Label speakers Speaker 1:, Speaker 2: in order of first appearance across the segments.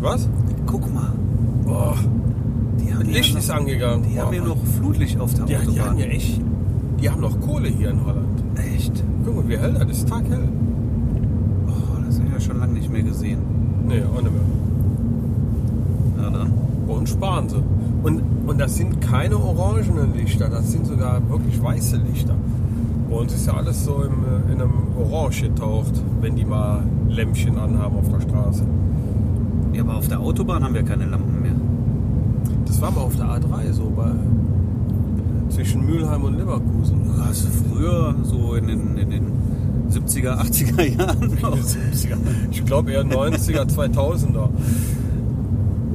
Speaker 1: Was?
Speaker 2: Guck mal,
Speaker 1: Oh,
Speaker 2: die haben
Speaker 1: Licht
Speaker 2: ja
Speaker 1: ist
Speaker 2: noch,
Speaker 1: angegangen.
Speaker 2: die haben
Speaker 1: oh,
Speaker 2: ja noch Flutlicht auf der
Speaker 1: Die, die
Speaker 2: Autobahn.
Speaker 1: haben ja echt. Die haben noch Kohle hier in Holland.
Speaker 2: Echt?
Speaker 1: Guck mal, wie hell das ist. Taghell.
Speaker 2: Oh, das haben wir schon lange nicht mehr gesehen.
Speaker 1: Nee, auch nicht mehr.
Speaker 2: Na dann.
Speaker 1: Und sparen sie. Und, und das sind keine orangenen Lichter, das sind sogar wirklich weiße Lichter. Bei uns ist ja alles so im, äh, in einem Orange getaucht, wenn die mal Lämpchen anhaben auf der Straße.
Speaker 2: Ja, aber auf der Autobahn haben wir keine Lampen mehr.
Speaker 1: Das war mal auf der A3 so bei zwischen Mülheim und Leverkusen.
Speaker 2: Was früher, so in den, in den 70er, 80er Jahren. Auch. 70er.
Speaker 1: Ich glaube eher 90er, 2000er.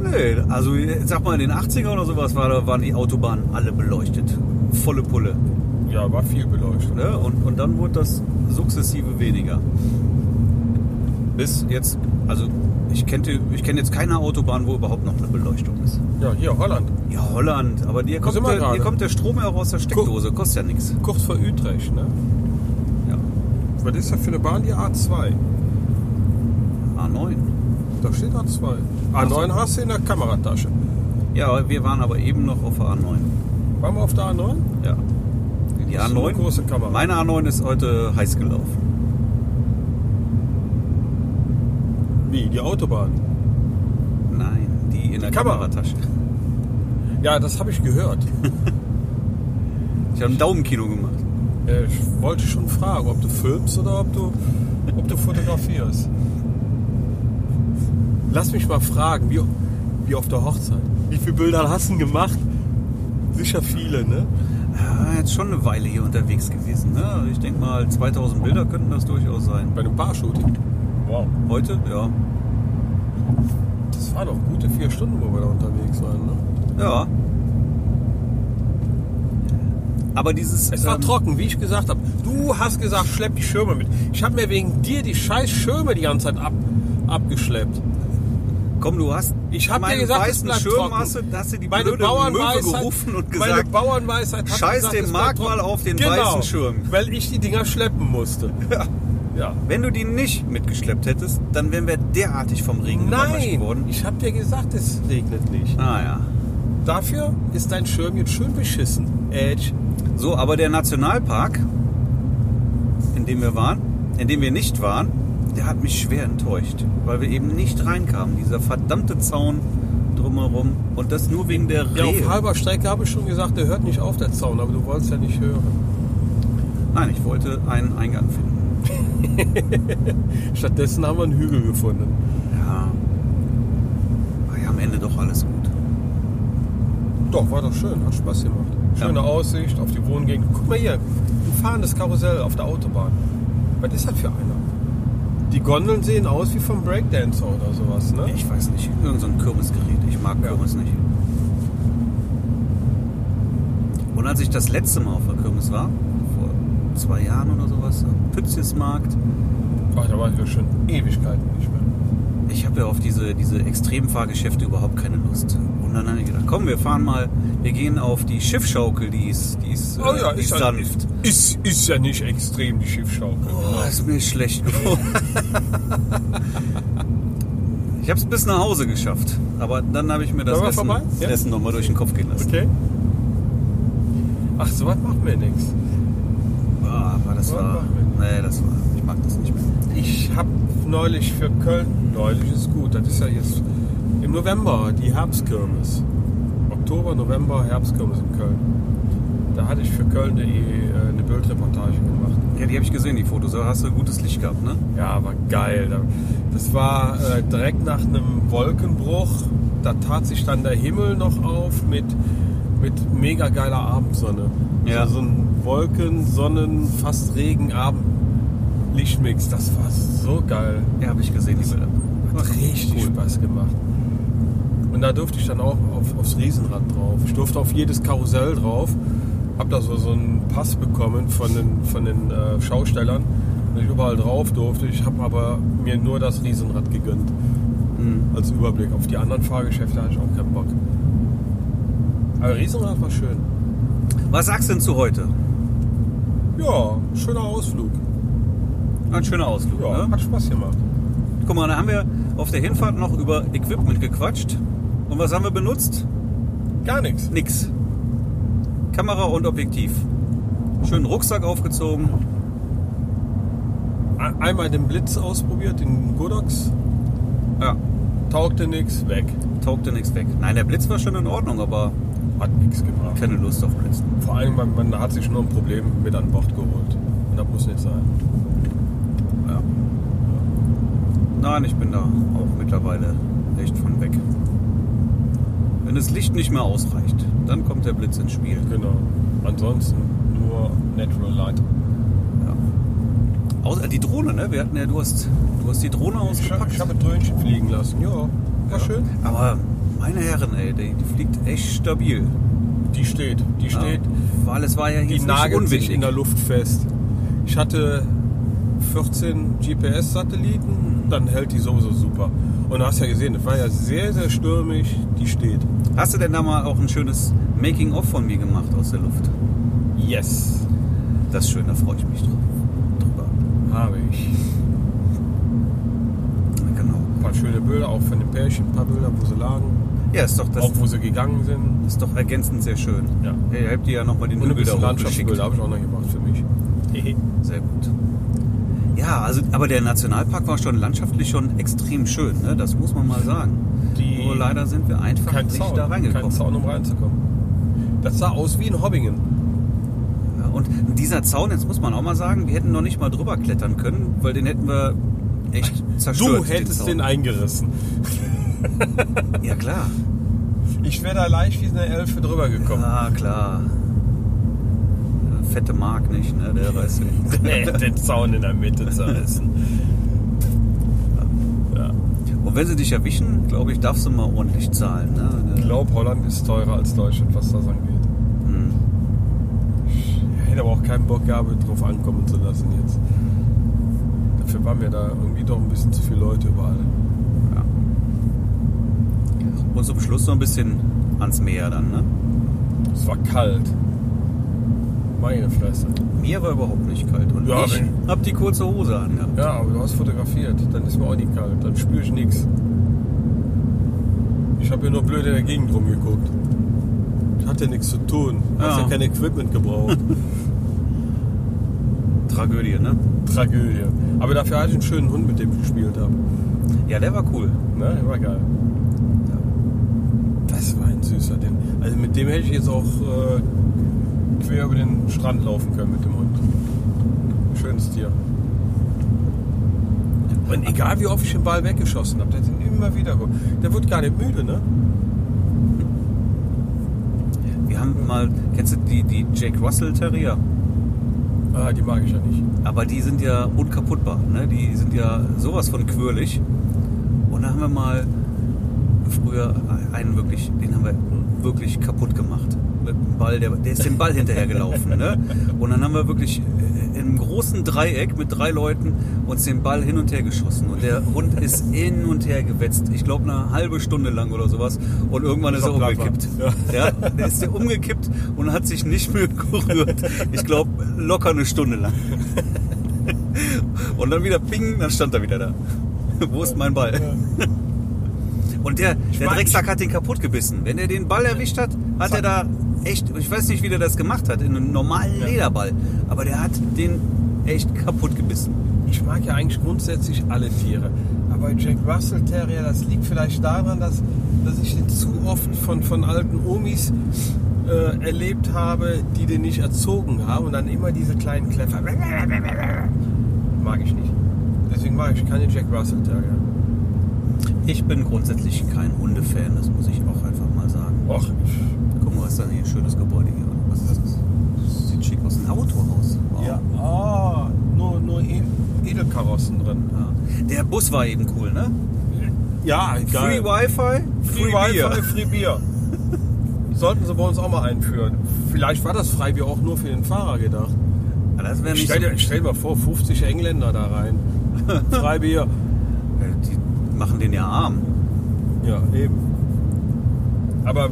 Speaker 2: Nee, also ich sag mal, in den 80er oder sowas war, da waren die Autobahnen alle beleuchtet. Volle Pulle.
Speaker 1: Ja, war viel beleuchtet.
Speaker 2: Ne? Und, und dann wurde das sukzessive weniger. Bis jetzt, also ich kenne ich kenn jetzt keine Autobahn, wo überhaupt noch eine Beleuchtung ist.
Speaker 1: Ja, hier Holland.
Speaker 2: Ja, Holland, aber hier kommt,
Speaker 1: sind wir
Speaker 2: der,
Speaker 1: gerade?
Speaker 2: hier kommt der Strom ja auch aus der Steckdose, kostet ja nichts.
Speaker 1: Kurz vor Utrecht, ne?
Speaker 2: Ja.
Speaker 1: Was ist das für eine Bahn? Die A2.
Speaker 2: A9.
Speaker 1: Da steht A2.
Speaker 2: Ach so.
Speaker 1: A9 hast du in der Kameratasche.
Speaker 2: Ja, wir waren aber eben noch auf der A9.
Speaker 1: Waren wir auf der A9?
Speaker 2: Ja. Die
Speaker 1: Das ist eine
Speaker 2: A9?
Speaker 1: große Kamera.
Speaker 2: Meine A9 ist heute heiß gelaufen.
Speaker 1: Wie, die Autobahn?
Speaker 2: Nein, die in der
Speaker 1: Kamera.
Speaker 2: Kameratasche.
Speaker 1: Ja, das habe ich gehört.
Speaker 2: Ich habe ein Daumenkino gemacht.
Speaker 1: Äh, ich wollte schon fragen, ob du filmst oder ob du, ob du fotografierst. Lass mich mal fragen, wie, wie auf der Hochzeit. Wie viele Bilder hast du gemacht? Sicher viele, ne?
Speaker 2: Ja, jetzt schon eine Weile hier unterwegs gewesen. Ne? Ich denke mal, 2000 Bilder könnten das durchaus sein.
Speaker 1: Bei einem Paar-Shooting. Wow.
Speaker 2: Heute? Ja.
Speaker 1: Das war doch gute vier Stunden, wo wir da unterwegs waren, ne?
Speaker 2: Ja. Aber dieses.
Speaker 1: Es war
Speaker 2: ähm,
Speaker 1: trocken, wie ich gesagt habe. Du hast gesagt, schlepp die Schirme mit. Ich habe mir wegen dir die scheiß Schirme die ganze Zeit ab, abgeschleppt.
Speaker 2: Komm, du hast.
Speaker 1: Ich hab dir
Speaker 2: meinen
Speaker 1: gesagt, es
Speaker 2: weißen
Speaker 1: bleibt
Speaker 2: Schirm
Speaker 1: trocken.
Speaker 2: hast du, da hast du die
Speaker 1: Meine
Speaker 2: blöde Möwe
Speaker 1: Bauernweisheit,
Speaker 2: gerufen und
Speaker 1: meine
Speaker 2: gesagt.
Speaker 1: Bauernweisheit hat
Speaker 2: scheiß
Speaker 1: gesagt,
Speaker 2: den
Speaker 1: es
Speaker 2: Markt
Speaker 1: war trocken.
Speaker 2: mal auf den
Speaker 1: genau,
Speaker 2: weißen Schirm.
Speaker 1: Weil ich die Dinger schleppen musste. Ja.
Speaker 2: Wenn du die nicht mitgeschleppt hättest, dann wären wir derartig vom Regen überrascht
Speaker 1: Nein,
Speaker 2: worden.
Speaker 1: ich habe dir gesagt, es regnet nicht.
Speaker 2: Ah ja.
Speaker 1: Dafür ist dein Schirm jetzt schön beschissen. Edge.
Speaker 2: So, aber der Nationalpark, in dem wir waren, in dem wir nicht waren, der hat mich schwer enttäuscht, weil wir eben nicht reinkamen. Dieser verdammte Zaun drumherum und das nur wegen der
Speaker 1: Ja,
Speaker 2: Rehe.
Speaker 1: auf halber Strecke habe ich schon gesagt, der hört nicht auf, der Zaun, aber du wolltest ja nicht hören.
Speaker 2: Nein, ich wollte einen Eingang finden.
Speaker 1: Stattdessen haben wir einen Hügel gefunden.
Speaker 2: Ja. Ähm, War ja am Ende doch alles gut.
Speaker 1: Doch, war doch schön, hat Spaß gemacht. Schöne Aussicht auf die Wohngegend. Guck mal hier, ein fahrendes Karussell auf der Autobahn. Was ist das für einer? Die Gondeln sehen aus wie vom Breakdancer oder sowas, ne?
Speaker 2: Ich weiß nicht, irgend so ein Kürbisgerät. Ich mag
Speaker 1: Ja.
Speaker 2: Kürbis nicht. Und als ich das letzte Mal auf der Kürbis war, vor zwei Jahren oder sowas, am Pützismarkt,
Speaker 1: Ach, da war ich ja schon Ewigkeiten nicht mehr.
Speaker 2: ich habe ja auf diese, diese Extremfahrgeschäfte überhaupt keine Lust. Und dann habe ich gedacht, komm, wir fahren mal, wir gehen auf die Schiffschaukel, die ist, die ist, äh, die ist sanft.
Speaker 1: Ist, ist ja nicht extrem, die Schiffschaukel.
Speaker 2: Oh, ist mir schlecht geworden. ich habe es bis nach Hause geschafft. Aber dann habe ich mir das
Speaker 1: Sollen wir
Speaker 2: Essen,
Speaker 1: vorbei? Ja.
Speaker 2: Essen nochmal durch den Kopf gehen lassen.
Speaker 1: Okay. Ach, sowas macht mir nichts.
Speaker 2: Ah, aber das war. Nee, das war. Ich mag das nicht mehr.
Speaker 1: Ich habe neulich für Köln, neulich ist gut, das ist ja jetzt im November die Herbstkirmes. Oktober, November, Herbstkirmes in Köln. Da hatte ich für Köln.de äh, eine Bildreportage gemacht.
Speaker 2: Ja, die habe ich gesehen, die Fotos. Da hast du gutes Licht gehabt, ne?
Speaker 1: Ja, war geil. Da- Das war äh, direkt nach einem Wolkenbruch. Da tat sich dann der Himmel noch auf mit, mit mega geiler Abendsonne.
Speaker 2: Ja.
Speaker 1: So, so ein Wolken, Sonnen, fast Regen, Abend. Lichtmix, das war so geil.
Speaker 2: Ja, habe ich gesehen, die Bilder.
Speaker 1: Hat richtig Spaß gemacht. Und da durfte ich dann auch auf, aufs Riesenrad drauf. Ich durfte auf jedes Karussell drauf. Hab da so, so einen Pass bekommen von den, von den äh, Schaustellern, dass ich überall drauf durfte. Ich habe aber mir nur das Riesenrad gegönnt.
Speaker 2: Mhm.
Speaker 1: Als Überblick. Auf die anderen Fahrgeschäfte hatte ich auch keinen Bock. Aber Riesenrad war schön.
Speaker 2: Was sagst du denn zu heute?
Speaker 1: Ja, schöner Ausflug.
Speaker 2: Ein schöner Ausflug,
Speaker 1: Ja,
Speaker 2: ne?
Speaker 1: hat Spaß gemacht.
Speaker 2: Guck mal, da haben wir auf der Hinfahrt noch über Equipment gequatscht. Und was haben wir benutzt?
Speaker 1: Gar nichts.
Speaker 2: Nix. Kamera und Objektiv. Schönen Rucksack aufgezogen.
Speaker 1: Ein- Einmal den Blitz ausprobiert, den Godox,
Speaker 2: Ja,
Speaker 1: taugte nichts, weg.
Speaker 2: taugte nichts weg. Nein, der Blitz war schon in Ordnung, aber
Speaker 1: Hat nichts gebracht.
Speaker 2: keine Lust auf Blitz.
Speaker 1: Vor allem, man, man hat sich nur ein Problem mit an Bord geholt. Und das muss nicht sein.
Speaker 2: Ja. Nein, ich bin da auch mittlerweile echt von weg. Wenn das Licht nicht mehr ausreicht, dann kommt der Blitz ins Spiel.
Speaker 1: Genau. Ansonsten nur Natural Light.
Speaker 2: Ja. Außer die Drohne, ne? Wir hatten ja, du hast, du hast die Drohne
Speaker 1: Ich,
Speaker 2: ausgepackt.
Speaker 1: ich habe ein Dröhnchen fliegen lassen. Ja, war
Speaker 2: Ja.
Speaker 1: schön.
Speaker 2: Aber meine Herren, ey, die, die fliegt echt stabil.
Speaker 1: Die steht. Die
Speaker 2: Ja,
Speaker 1: steht.
Speaker 2: weil es war ja
Speaker 1: Die
Speaker 2: jetzt nicht
Speaker 1: nagelt sich
Speaker 2: unwichtig.
Speaker 1: in der Luft fest. Ich hatte 14 GPS-Satelliten, dann hält die sowieso super. Und du hast ja gesehen, es war ja sehr, sehr stürmisch. Die steht.
Speaker 2: Hast du denn da mal auch ein schönes Making-of von mir gemacht aus der Luft?
Speaker 1: Yes.
Speaker 2: Das ist schön, da freue ich mich drauf. drüber.
Speaker 1: Habe ich.
Speaker 2: Ja, Genau.
Speaker 1: Ein paar schöne Bilder, auch von dem Pärchen, ein paar Bilder, wo sie lagen,
Speaker 2: Ja, ist doch, das
Speaker 1: auch wo sie gegangen sind.
Speaker 2: ist doch ergänzend sehr schön.
Speaker 1: Ja.
Speaker 2: Hey, ihr habt ihr ja nochmal den
Speaker 1: Und ein
Speaker 2: Hügel da
Speaker 1: bisschen
Speaker 2: hochgeschickt.
Speaker 1: Landschaftsbilder habe ich auch noch gemacht für mich.
Speaker 2: Sehr gut. Ja, also, aber der Nationalpark war schon landschaftlich schon extrem schön, ne? das muss man mal sagen.
Speaker 1: Die-
Speaker 2: Nur leider sind wir einfach
Speaker 1: Kein
Speaker 2: nicht
Speaker 1: Zaun,
Speaker 2: da
Speaker 1: kein
Speaker 2: reingekommen.
Speaker 1: Zaun, um reinzukommen. Das sah aus wie in Hobbingen.
Speaker 2: Ja, und dieser Zaun, jetzt muss man auch mal sagen, wir hätten noch nicht mal drüber klettern können, weil den hätten wir echt zerstört.
Speaker 1: du hättest
Speaker 2: den
Speaker 1: den eingerissen.
Speaker 2: Zaun. Ja, klar.
Speaker 1: Ich wäre da leicht wie eine Elfe drüber gekommen.
Speaker 2: Ah, klar. Der Fette Mark nicht, ne? Der weiß nicht.
Speaker 1: Nee, den Zaun in der Mitte zerrissen. Ja.
Speaker 2: Und wenn sie dich erwischen, glaube ich, darfst du mal ordentlich zahlen, ne?
Speaker 1: Ich glaube, Holland ist teurer als Deutschland, was das angeht.
Speaker 2: Hm.
Speaker 1: Ich hätte aber auch keinen Bock gehabt, drauf ankommen zu lassen jetzt. Dafür waren mir da irgendwie doch ein bisschen zu viele Leute überall.
Speaker 2: Ja. Hm. Und zum Schluss noch ein bisschen ans Meer dann, ne?
Speaker 1: Es war kalt. Meine Fresse.
Speaker 2: Mir war überhaupt nicht kalt. Und
Speaker 1: Ja,
Speaker 2: ich
Speaker 1: wenn-
Speaker 2: hab die kurze Hose angehabt.
Speaker 1: Ja, aber du hast fotografiert, dann ist mir auch nicht kalt, dann spüre ich nichts. Ich habe ja nur blöd in der Gegend rumgeguckt. Ich hatte nichts zu tun, hast
Speaker 2: Ja.
Speaker 1: ja kein Equipment gebraucht.
Speaker 2: Tragödie, ne?
Speaker 1: Tragödie. Aber dafür hatte ich einen schönen Hund, mit dem ich gespielt habe.
Speaker 2: Ja, der war cool.
Speaker 1: Ne, der war geil. Das war ein süßer Ding. Also mit dem hätte ich jetzt auch äh, quer über den Strand laufen können mit dem Hund. Schönes Tier. Und egal wie oft ich den Ball weggeschossen habe, der hat ihn immer wieder geholt. Der wird gar nicht müde, ne?
Speaker 2: Wir haben mal, kennst du die, die Jack Russell Terrier?
Speaker 1: Ah, die mag ich ja nicht.
Speaker 2: Aber die sind ja unkaputtbar, ne? Die sind ja sowas von quirlig. Und da haben wir mal früher einen wirklich, den haben wir wirklich kaputt gemacht. Mit dem Ball, der, der ist dem Ball hinterhergelaufen, ne? Und dann haben wir wirklich äh, in einem großen Dreieck mit drei Leuten uns den Ball hin und her geschossen. Und der Hund ist hin und her gewetzt. Ich glaube, eine halbe Stunde lang oder sowas. Und irgendwann ist
Speaker 1: Bis
Speaker 2: er
Speaker 1: er platt war.
Speaker 2: umgekippt. Ja, der ist der umgekippt und hat sich nicht mehr gerührt. Ich glaube, locker eine Stunde lang. Und dann wieder ping, dann stand er wieder da. Wo ist mein Ball? Und der, der
Speaker 1: mag-
Speaker 2: Drecksack hat den kaputt gebissen. Wenn er den Ball erwischt hat, hat er da echt, ich weiß nicht, wie der das gemacht hat, in einem normalen
Speaker 1: Ja.
Speaker 2: Lederball. Aber der hat den echt kaputt gebissen.
Speaker 1: Ich mag ja eigentlich grundsätzlich alle Tiere. Aber Jack Russell Terrier, das liegt vielleicht daran, dass, dass ich den zu oft von, von alten Omis äh, erlebt habe, die den nicht erzogen haben und dann immer diese kleinen Kleffer. Mag ich nicht. Deswegen mag ich keine Jack Russell Terrier.
Speaker 2: Ich bin grundsätzlich kein Hundefan, das muss ich auch einfach mal sagen.
Speaker 1: Och,
Speaker 2: Guck mal, was ist denn hier ein schönes Gebäude hier? Was ist das? Das sieht schick aus. Ein Autohaus. Wow.
Speaker 1: ja. Ah, nur, nur E- Edelkarossen drin.
Speaker 2: Ja. Der Bus war eben cool, ne?
Speaker 1: Ja,
Speaker 2: Free Wi-Fi,
Speaker 1: Free, Wi-Fi, Free Bier. Sollten sie bei uns auch mal einführen. Vielleicht war das Freibier auch nur für den Fahrer gedacht.
Speaker 2: Ah, Das wäre nicht
Speaker 1: Stell
Speaker 2: so-
Speaker 1: dir, stell dir mal vor, 50 Engländer da rein. Freibier.
Speaker 2: Äh, Die machen den ja arm.
Speaker 1: Ja, eben. Aber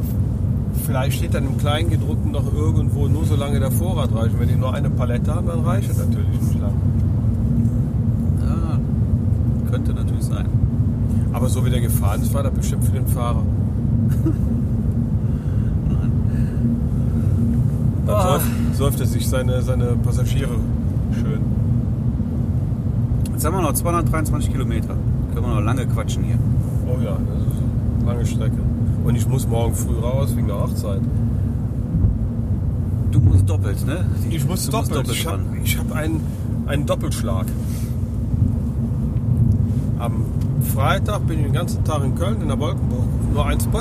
Speaker 1: vielleicht steht dann im Kleingedruckten noch irgendwo nur so lange der Vorrat reicht. Und wenn die nur eine Palette haben, dann reicht das natürlich nicht lang.
Speaker 2: Ja, könnte natürlich sein.
Speaker 1: Aber so wie der gefahren ist, war das bestimmt für den Fahrer. Dann
Speaker 2: Ah.
Speaker 1: säuft, säuft er sich seine, seine Passagiere schön.
Speaker 2: Jetzt haben wir noch 223 Kilometer. Können wir noch lange quatschen hier.
Speaker 1: Oh ja, das ist eine lange Strecke. Und ich muss morgen früh raus wegen der Hochzeit.
Speaker 2: Du musst doppelt, ne?
Speaker 1: Ich muss
Speaker 2: du musst
Speaker 1: doppelt. ich habe
Speaker 2: ran.
Speaker 1: hab einen, einen Doppelschlag. Am Freitag bin ich den ganzen Tag in Köln, in der Wolkenburg. Nur ein Spot.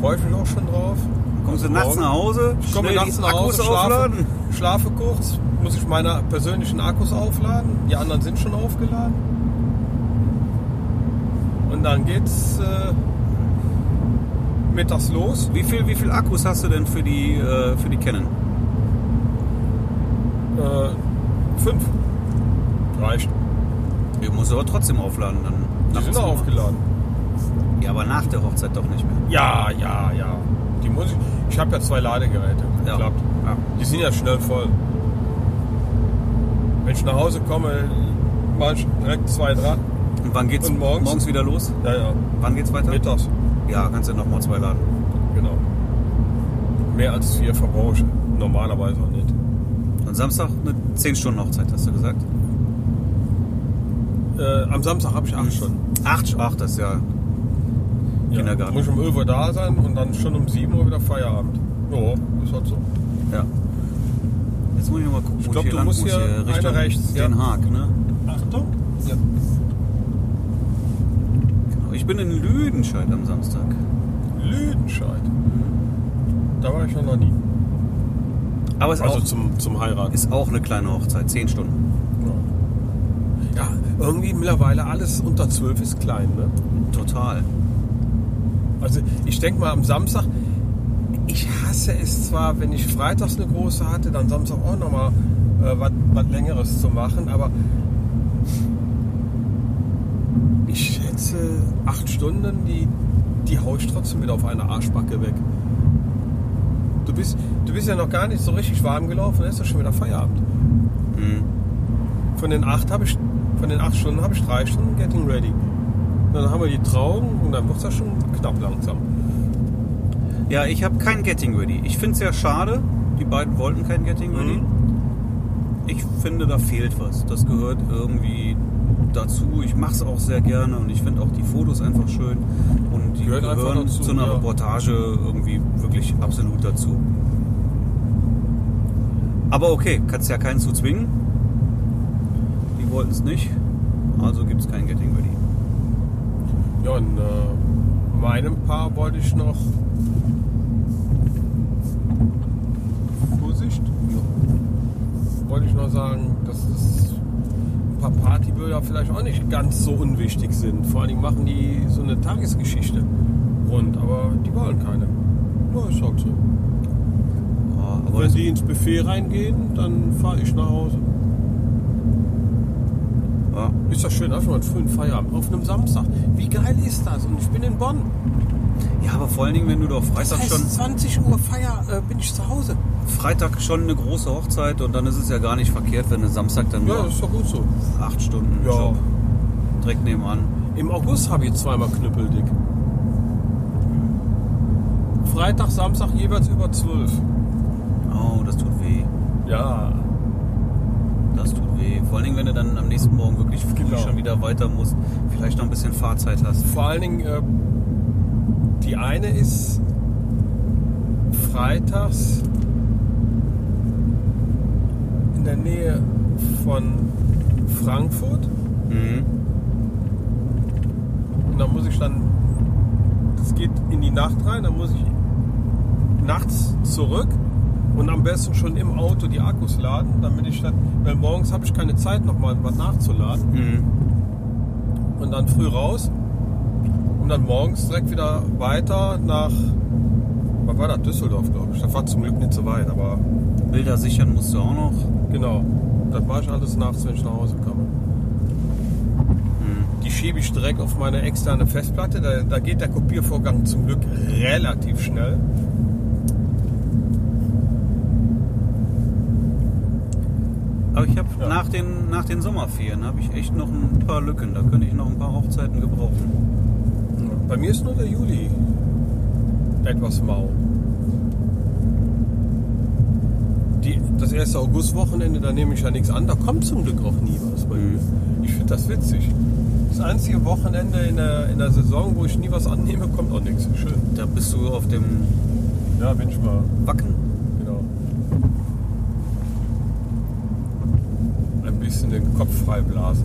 Speaker 1: Freue ich mich auch schon drauf.
Speaker 2: Kommst du
Speaker 1: Also
Speaker 2: nachts
Speaker 1: morgen-
Speaker 2: nach Hause?
Speaker 1: Ich komme
Speaker 2: schnell die
Speaker 1: nachts nach Hause,
Speaker 2: Akkus
Speaker 1: schlafe,
Speaker 2: aufladen?
Speaker 1: schlafe kurz. Muss ich meine persönlichen Akkus aufladen? Die anderen sind schon aufgeladen. Und dann geht's äh, mittags los.
Speaker 2: Wie viel, wie viel Akkus hast du denn für die, äh, für die Canon?
Speaker 1: Äh, fünf. Reicht.
Speaker 2: Du musst aber trotzdem aufladen dann.
Speaker 1: Die
Speaker 2: Nachts
Speaker 1: sind
Speaker 2: immer.
Speaker 1: auch aufgeladen.
Speaker 2: Ja, aber nach der Hochzeit doch nicht mehr.
Speaker 1: Ja, ja, ja. Die muss ich. Ich habe ja zwei Ladegeräte.
Speaker 2: Ja.
Speaker 1: Klappt.
Speaker 2: Ja.
Speaker 1: Die sind ja schnell voll. Wenn ich nach Hause komme, mache ich direkt zwei dran.
Speaker 2: Und wann geht's
Speaker 1: Und morgens?
Speaker 2: wieder los?
Speaker 1: Ja, ja.
Speaker 2: Wann geht's weiter?
Speaker 1: Mittags.
Speaker 2: Ja, kannst du nochmal zwei laden.
Speaker 1: Genau. Mehr als vier verbrauche ich normalerweise auch nicht.
Speaker 2: Und Samstag eine 10 Stunden Hochzeit, hast du gesagt?
Speaker 1: Äh, am Samstag habe ich acht Stunden.
Speaker 2: Acht, ach, das ist ja Kindergarten.
Speaker 1: Muss ich um 11 Uhr da sein und dann schon um 7 Uhr wieder Feierabend. Ja, ist halt so.
Speaker 2: Ja. Jetzt muss ich mal gucken, wo
Speaker 1: Ich glaub,
Speaker 2: hier
Speaker 1: du
Speaker 2: lang
Speaker 1: musst
Speaker 2: muss.
Speaker 1: hier
Speaker 2: Hier
Speaker 1: eine
Speaker 2: Richtung
Speaker 1: rechts, ja.
Speaker 2: Den Haag, ne?
Speaker 1: Achtung. Ja.
Speaker 2: Genau. Ich bin in Lüdenscheid am Samstag.
Speaker 1: Lüdenscheid. Da war ich noch nie.
Speaker 2: Aber es ist,
Speaker 1: Also
Speaker 2: auch,
Speaker 1: zum, zum Heiraten.
Speaker 2: ist auch eine kleine Hochzeit, zehn Stunden.
Speaker 1: Ja. ja, irgendwie mittlerweile alles unter 12 ist klein. Ne?
Speaker 2: Total.
Speaker 1: Also ich denke mal am Samstag, ich hasse es zwar, wenn ich freitags eine große hatte, dann Samstag auch nochmal äh, was- was längeres zu machen, aber ich schätze acht Stunden, die, die hau ich trotzdem wieder auf eine Arschbacke weg. Du bist, du bist ja noch gar nicht so richtig warm gelaufen, dann ist doch schon wieder Feierabend.
Speaker 2: Mhm.
Speaker 1: Von den acht, habe ich, von den acht Stunden habe ich drei Stunden Getting Ready. Und dann haben wir die Trauung und dann wird es ja schon knapp langsam.
Speaker 2: Ja, ich habe kein Getting Ready. Ich finde es ja schade. Die beiden wollten kein Getting Ready.
Speaker 1: Mhm. Hm.
Speaker 2: Ich finde, da fehlt was. Das gehört irgendwie dazu. Ich mache es auch sehr gerne und ich finde auch die Fotos einfach schön. Und die
Speaker 1: Gehört einfach
Speaker 2: gehören
Speaker 1: dazu,
Speaker 2: zu einer
Speaker 1: ja.
Speaker 2: Reportage irgendwie wirklich absolut dazu. Aber okay, kannst ja keinen zu zwingen. Die wollten es nicht. Also gibt es kein Getting Ready.
Speaker 1: Ja, in äh, meinem Paar wollte ich noch. Vorsicht? Wollte ich noch sagen, dass es ein paar Partybilder vielleicht auch nicht ganz so unwichtig sind. Vor allen Dingen machen die so eine Tagesgeschichte rund, aber die wollen keine. Ja, ist halt so.
Speaker 2: Ja, aber
Speaker 1: Wenn
Speaker 2: das,
Speaker 1: die ins Buffet reingehen, dann fahre ich nach Hause.
Speaker 2: ja.
Speaker 1: Ist das schön, einfach mal einen frühen Feierabend auf einem Samstag. Wie geil ist das? Und ich bin in Bonn.
Speaker 2: ja, aber vor allen Dingen, wenn du doch Freitag
Speaker 1: heißt,
Speaker 2: schon
Speaker 1: 20 Uhr Feier äh, bin ich zu Hause.
Speaker 2: Freitag schon eine große Hochzeit und dann ist es ja gar nicht verkehrt, wenn du Samstag dann
Speaker 1: Ja,
Speaker 2: nur
Speaker 1: das ist doch gut so.
Speaker 2: acht Stunden
Speaker 1: Ja.
Speaker 2: Job direkt nebenan.
Speaker 1: Im August habe ich zweimal knüppeldick. Freitag, Samstag jeweils über 12.
Speaker 2: Oh, das tut weh.
Speaker 1: Ja.
Speaker 2: Das tut weh. Vor allen Dingen, wenn du dann am nächsten Morgen wirklich früh
Speaker 1: Genau.
Speaker 2: schon wieder weiter musst, vielleicht noch ein bisschen Fahrzeit hast.
Speaker 1: Vor allen Dingen, äh, die eine ist freitags in der Nähe von Frankfurt.
Speaker 2: Mhm.
Speaker 1: Und dann muss ich dann, das geht in die Nacht rein, dann muss ich nachts zurück und am besten schon im Auto die Akkus laden, damit ich dann, weil morgens habe ich keine Zeit nochmal was nachzuladen
Speaker 2: Mhm.
Speaker 1: und dann früh raus und dann morgens direkt wieder weiter nach, was war das, Düsseldorf glaube ich, das war zum Glück nicht so weit, aber
Speaker 2: Bilder sichern musst du auch noch.
Speaker 1: Genau. Das mache ich alles nachts, wenn ich nach Hause komme. Die schiebe ich direkt auf meine externe Festplatte. Da, da geht der Kopiervorgang zum Glück relativ schnell.
Speaker 2: Aber ich habe
Speaker 1: Ja.
Speaker 2: nach, den, nach den Sommerferien habe ich echt noch ein paar Lücken. Da könnte ich noch ein paar Hochzeiten gebrauchen.
Speaker 1: Bei mir ist nur der Juli etwas mau. Die, das erste Augustwochenende, da nehme ich ja nichts an, da kommt zum Glück auch nie was bei mir. Ich finde das witzig. Das einzige Wochenende in der, in der Saison, wo ich nie was annehme, kommt auch nichts. Schön.
Speaker 2: Da bist du auf dem
Speaker 1: Ja, bin ich mal.
Speaker 2: Wacken.
Speaker 1: Genau. Ein bisschen den Kopf freiblasen.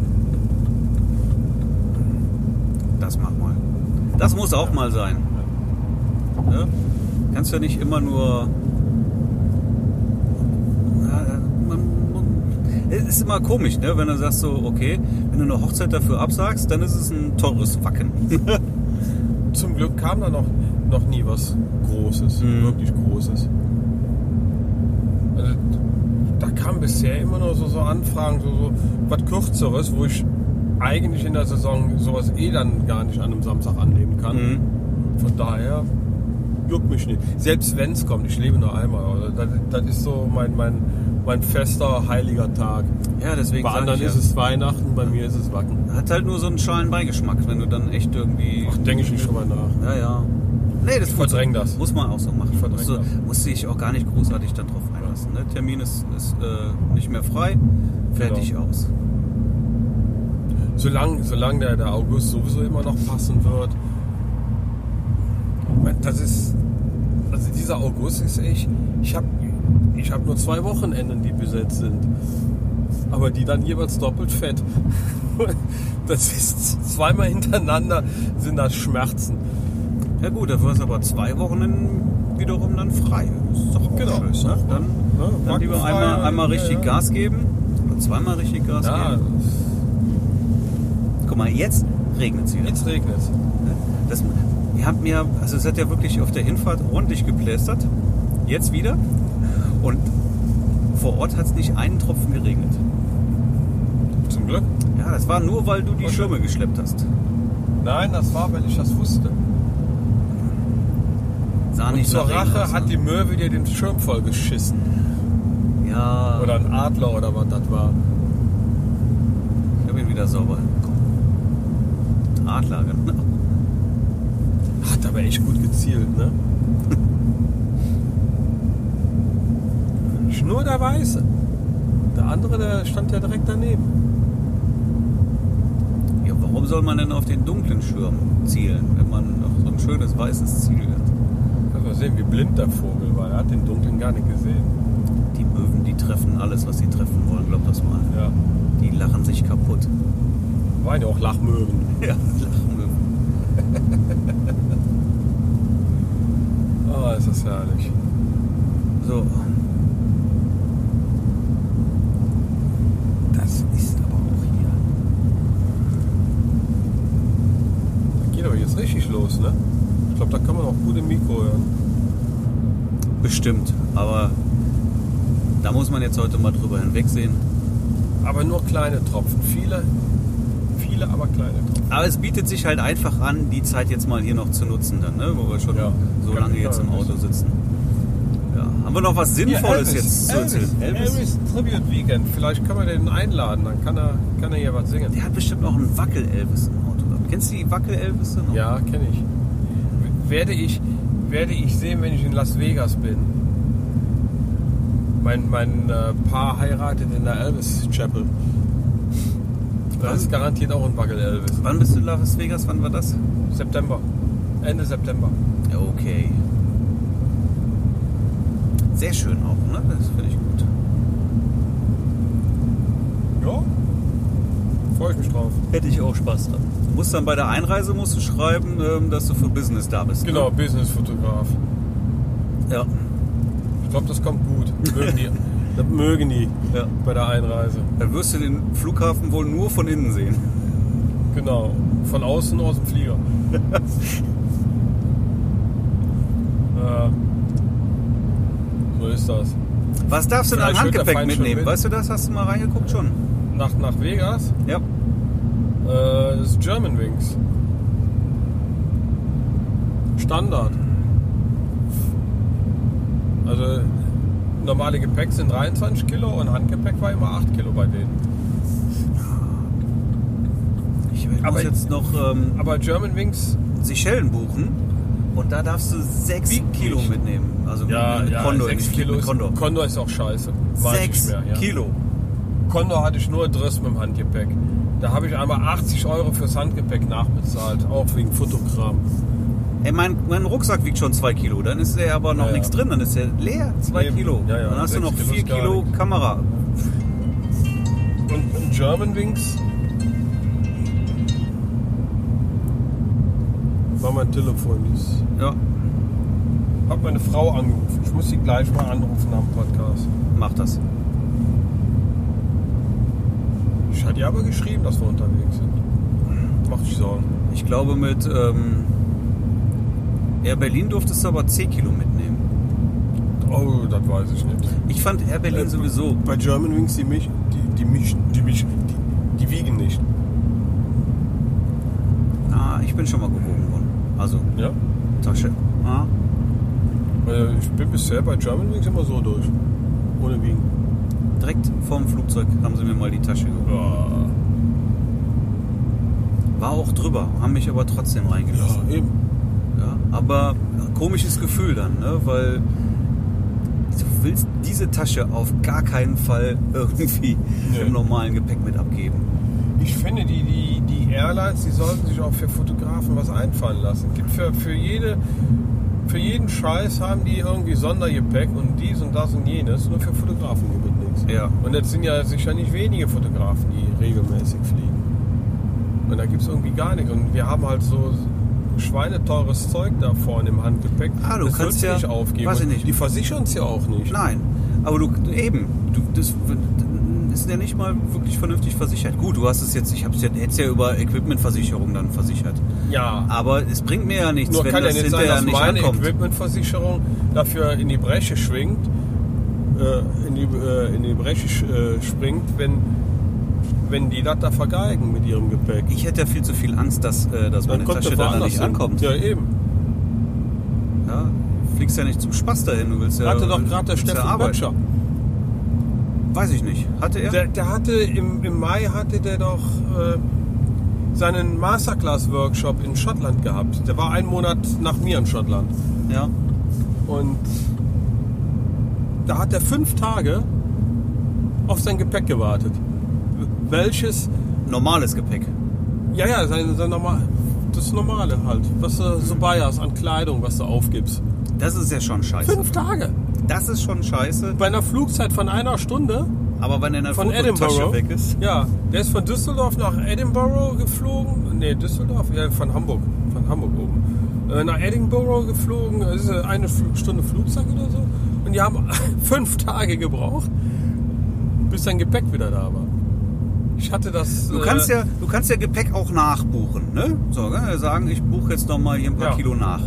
Speaker 2: Das mach mal. Das muss auch mal sein. Ne? Kannst ja nicht immer nur. Ja, man- man- Es ist immer komisch, ne? wenn du sagst so, okay, wenn du eine Hochzeit dafür absagst, dann ist es ein teures Wacken.
Speaker 1: Zum Glück kam da noch, noch nie was Großes,
Speaker 2: Mhm.
Speaker 1: wirklich Großes. Also, da kamen bisher immer nur so, so Anfragen, so, so was Kürzeres, wo ich eigentlich in der Saison sowas eh dann gar nicht an einem Samstag annehmen kann.
Speaker 2: Mhm.
Speaker 1: Von daher juckt mich nicht. Selbst wenn es kommt, ich lebe nur einmal. Also, das, das ist so mein, mein, mein fester, heiliger Tag.
Speaker 2: Ja, deswegen
Speaker 1: Bei
Speaker 2: sag
Speaker 1: anderen
Speaker 2: ich ja,
Speaker 1: ist es Weihnachten, bei mir ist es Wacken.
Speaker 2: Hat halt nur so einen schalen Beigeschmack, wenn du dann echt irgendwie.
Speaker 1: Ach, denke ich nicht drüber nach.
Speaker 2: Ja, ja. Nee, das
Speaker 1: Ich verdräng
Speaker 2: muss,
Speaker 1: das.
Speaker 2: muss man auch so machen.
Speaker 1: Ich verdräng
Speaker 2: Musst du-
Speaker 1: das.
Speaker 2: Muss sich auch gar nicht großartig dann drauf einlassen. Ne? Termin ist, ist äh, nicht mehr frei, fertig
Speaker 1: Genau.
Speaker 2: aus.
Speaker 1: Solange solang der, der August sowieso immer noch passen wird. Ich mein, Das ist. Also dieser August ist echt. Ich habe ich hab nur zwei Wochenenden, die besetzt sind. Aber die dann jeweils doppelt fett. Das ist zweimal hintereinander sind das Schmerzen.
Speaker 2: Ja gut, dafür hast du aber zwei Wochenenden wiederum dann frei. Das ist doch auch
Speaker 1: Genau.
Speaker 2: schön. Ne? Dann,
Speaker 1: Ja,
Speaker 2: dann lieber
Speaker 1: Wacken
Speaker 2: einmal,
Speaker 1: frei,
Speaker 2: einmal
Speaker 1: ja,
Speaker 2: richtig
Speaker 1: ja.
Speaker 2: Gas geben und zweimal richtig Gas
Speaker 1: Ja,
Speaker 2: geben. Guck mal, jetzt regnet es wieder.
Speaker 1: jetzt regnet es.
Speaker 2: Ne? Das, ihr habt mir, also es hat ja wirklich auf der Hinfahrt ordentlich geplästert. Jetzt wieder. Und vor Ort hat es nicht einen Tropfen geregnet.
Speaker 1: Zum Glück.
Speaker 2: Ja, das war nur, weil du die
Speaker 1: Okay.
Speaker 2: Schirme geschleppt hast.
Speaker 1: Nein, das war, weil ich das wusste.
Speaker 2: Sah
Speaker 1: Und
Speaker 2: nicht
Speaker 1: zur
Speaker 2: nach Regen
Speaker 1: Rache
Speaker 2: aus,
Speaker 1: hat die
Speaker 2: ne?
Speaker 1: Möwe dir den Schirm voll geschissen.
Speaker 2: Ja,
Speaker 1: Oder ein Adler oder was das war.
Speaker 2: ich hab ihn wieder sauber bekommen. Adler, genau.
Speaker 1: Hat aber echt gut gezielt, ne? Schnur der Weiße. Der andere, der stand ja direkt daneben.
Speaker 2: Ja, warum soll man denn auf den dunklen Schirm zielen, wenn man noch so ein schönes weißes Ziel hat?
Speaker 1: Kannst mal sehen, wie blind der Vogel war. Er hat den Dunkeln gar nicht gesehen.
Speaker 2: Die Möwen, die treffen alles, was sie treffen wollen, glaub das mal.
Speaker 1: Ja.
Speaker 2: Die lachen sich kaputt.
Speaker 1: Waren ja auch Lachmöwen.
Speaker 2: Ja, Lachmöwen.
Speaker 1: Oh, ist das herrlich.
Speaker 2: So. Das ist aber auch hier.
Speaker 1: Geht aber jetzt richtig los, ne? Ich glaube, da kann man auch gut im Mikro hören.
Speaker 2: Bestimmt, aber da muss man jetzt heute mal drüber hinwegsehen.
Speaker 1: Aber nur kleine Tropfen. Viele, viele, aber kleine Tropfen.
Speaker 2: Aber es bietet sich halt einfach an, die Zeit jetzt mal hier noch zu nutzen, dann, ne? wo wir schon
Speaker 1: Ja.
Speaker 2: so
Speaker 1: Kann
Speaker 2: lange
Speaker 1: ich
Speaker 2: jetzt im
Speaker 1: sagen.
Speaker 2: Auto sitzen. Ja. Haben wir noch was Sinnvolles
Speaker 1: Hier,
Speaker 2: jetzt
Speaker 1: Elvis,
Speaker 2: zu
Speaker 1: Elvis,
Speaker 2: erzählen?
Speaker 1: Elvis. Tribute Weekend. Vielleicht können wir den einladen, dann kann er, kann er hier was singen.
Speaker 2: Der hat bestimmt auch einen Wackel-Elvis im Auto. gehabt. Kennst du die Wackel-Elvis? noch?
Speaker 1: Ja, kenne ich. W- Werde ich. Werde ich sehen, wenn ich in Las Vegas bin. Mein, mein äh, Paar heiratet in der Elvis Chapel. Das ist garantiert auch ein Wackel Elvis.
Speaker 2: Wann bist du in Las Vegas? Wann war das?
Speaker 1: September. Ende September.
Speaker 2: Ja, okay. Sehr schön auch, ne? Das finde ich gut.
Speaker 1: Ja? Freue ich mich drauf.
Speaker 2: Hätte ich auch Spaß dran. Du musst dann bei der Einreise musst du schreiben, ähm, dass du für Business da bist.
Speaker 1: Genau, Businessfotograf.
Speaker 2: Ne? Ja.
Speaker 1: Ich glaube, das kommt gut. Mögen die. Das mögen die
Speaker 2: ja.
Speaker 1: bei der Einreise.
Speaker 2: Dann wirst du den Flughafen wohl nur von innen sehen.
Speaker 1: Genau, von außen aus dem Flieger. ja. Äh, So ist das.
Speaker 2: Was darfst du denn an
Speaker 1: Vielleicht wird der
Speaker 2: Handgepäck
Speaker 1: Feind schon
Speaker 2: mitnehmen?
Speaker 1: mit.
Speaker 2: Weißt du das? Hast du mal reingeguckt schon?
Speaker 1: Nach, nach Vegas,
Speaker 2: Ja.
Speaker 1: äh, das ist German Wings. Standard. Also normale Gepäck sind 23 Kilo und Handgepäck war immer 8 Kilo bei denen.
Speaker 2: Ich muss
Speaker 1: Aber-
Speaker 2: jetzt noch ähm,
Speaker 1: Aber German Wings,
Speaker 2: Seychellen buchen und da darfst du 6
Speaker 1: Wiegt
Speaker 2: Kilo
Speaker 1: nicht.
Speaker 2: mitnehmen. Also mit,
Speaker 1: ja,
Speaker 2: mit
Speaker 1: ja
Speaker 2: Condor,
Speaker 1: 6
Speaker 2: nicht
Speaker 1: Kilo
Speaker 2: mit
Speaker 1: ist,
Speaker 2: Condor.
Speaker 1: Condor ist auch scheiße. War ich
Speaker 2: 6
Speaker 1: schwer, ja.
Speaker 2: Kilo.
Speaker 1: Condor hatte ich nur Driss mit dem Handgepäck. Da habe ich einmal 80 Euro fürs Handgepäck nachbezahlt, auch wegen Fotokram.
Speaker 2: Ey, mein, mein Rucksack wiegt schon 2 Kilo, dann ist er aber noch
Speaker 1: Ja, ja.
Speaker 2: nichts drin, dann ist er leer, 2
Speaker 1: Eben.
Speaker 2: Kilo.
Speaker 1: Ja, ja,
Speaker 2: Dann hast du noch
Speaker 1: sechs Kilo
Speaker 2: 4
Speaker 1: ist gar
Speaker 2: Kilo
Speaker 1: nichts.
Speaker 2: Kamera.
Speaker 1: Und German Wings. War mein Telefon. Ich
Speaker 2: Ja,
Speaker 1: habe meine Frau angerufen. Ich muss sie gleich mal anrufen am Podcast.
Speaker 2: mach das.
Speaker 1: Ich hatte ihr aber geschrieben, dass wir unterwegs sind. Macht sich Sorgen.
Speaker 2: Ich glaube mit ähm, Air Berlin durftest du aber 10 Kilo mitnehmen.
Speaker 1: Oh, das weiß ich nicht.
Speaker 2: Ich fand Air Berlin
Speaker 1: Äh,
Speaker 2: sowieso
Speaker 1: Bei German Wings, die mich, die, die mich, die mich, die, die wiegen nicht.
Speaker 2: Ah, ich bin schon mal gewogen worden. Also,
Speaker 1: Ja?
Speaker 2: Tasche. Ah,
Speaker 1: Äh, Ich bin bisher bei German Wings immer so durch. Ohne Wiegen.
Speaker 2: direkt vorm Flugzeug haben sie mir mal die Tasche geholt.
Speaker 1: Ja,
Speaker 2: War auch drüber, haben mich aber trotzdem reingelassen.
Speaker 1: ja eben.
Speaker 2: Ja. Aber äh, komisches Gefühl dann, ne? weil du willst diese Tasche auf gar keinen Fall irgendwie
Speaker 1: Nee.
Speaker 2: im normalen Gepäck mit abgeben.
Speaker 1: Ich finde, die, die, die Airlines, die sollten sich auch für Fotografen was einfallen lassen. Gibt für, für, jede, für jeden Scheiß haben die irgendwie Sondergepäck und dies und das und jenes. Nur für Fotografen gibt es nichts.
Speaker 2: Ja.
Speaker 1: Und jetzt sind ja sicher nicht wenige Fotografen, die regelmäßig fliegen. Und da gibt es irgendwie gar nichts. Und wir haben halt so schweineteures Zeug da vorne im Handgepäck.
Speaker 2: Ah, du
Speaker 1: das
Speaker 2: kannst
Speaker 1: willst du
Speaker 2: ja-
Speaker 1: nicht aufgeben.
Speaker 2: weiß ich nicht.
Speaker 1: Die versichern es ja auch nicht.
Speaker 2: Nein, aber du eben, du, das ist ja nicht mal wirklich vernünftig versichert. Gut, du hast es jetzt, ich hab's ja, hätt's ja über Equipmentversicherung dann versichert.
Speaker 1: Ja.
Speaker 2: Aber es bringt mir ja nichts,
Speaker 1: Nur
Speaker 2: wenn
Speaker 1: kann ja
Speaker 2: das
Speaker 1: nicht sein,
Speaker 2: hinterher
Speaker 1: dass
Speaker 2: nicht
Speaker 1: meine
Speaker 2: ankommt.
Speaker 1: Equipmentversicherung dafür in die Bresche schwingt, äh, in, die, äh, in die Bresche sch- äh, springt, wenn, wenn die das da vergeigen mit ihrem Gepäck.
Speaker 2: Ich hätte ja viel zu viel Angst, dass, äh, dass meine Tasche
Speaker 1: das
Speaker 2: dann da
Speaker 1: woanders
Speaker 2: nicht
Speaker 1: hin.
Speaker 2: ankommt. Ja.
Speaker 1: Ja, eben.
Speaker 2: du Fliegst ja nicht zum Spaß dahin, du willst ja.
Speaker 1: hatte doch gerade der
Speaker 2: willst ja
Speaker 1: Steffen
Speaker 2: arbeiten.
Speaker 1: Böttcher.
Speaker 2: Weiß ich nicht. Hatte er?
Speaker 1: Der, der hatte im, im Mai hatte der doch äh, seinen Masterclass-Workshop in Schottland gehabt. Der war einen Monat nach mir in Schottland.
Speaker 2: ja.
Speaker 1: Und da hat er fünf Tage auf sein Gepäck gewartet. Welches,
Speaker 2: Normales Gepäck.
Speaker 1: ja, ja, sein, sein normal, das Normale halt, was du so bei hast an Kleidung, was du aufgibst.
Speaker 2: Das ist ja schon scheiße.
Speaker 1: Fünf Tage.
Speaker 2: Das ist schon scheiße.
Speaker 1: Bei einer Flugzeit von einer Stunde
Speaker 2: Aber wenn deine
Speaker 1: von
Speaker 2: Fototasche
Speaker 1: Edinburgh.
Speaker 2: weg ist.
Speaker 1: Ja, der ist von Düsseldorf nach Edinburgh geflogen. Nee, Düsseldorf, ja, von Hamburg. Von Hamburg oben. Äh, nach Edinburgh geflogen. Das ist äh, eine Fl- Stunde Flugzeug oder so. Und die haben fünf Tage gebraucht, bis sein Gepäck wieder da war. Ich hatte das. äh,
Speaker 2: Du kannst, ja, du kannst ja Gepäck auch nachbuchen. Ne? So, gell? sagen, ich buche jetzt nochmal hier ein paar
Speaker 1: Ja.
Speaker 2: Kilo nach.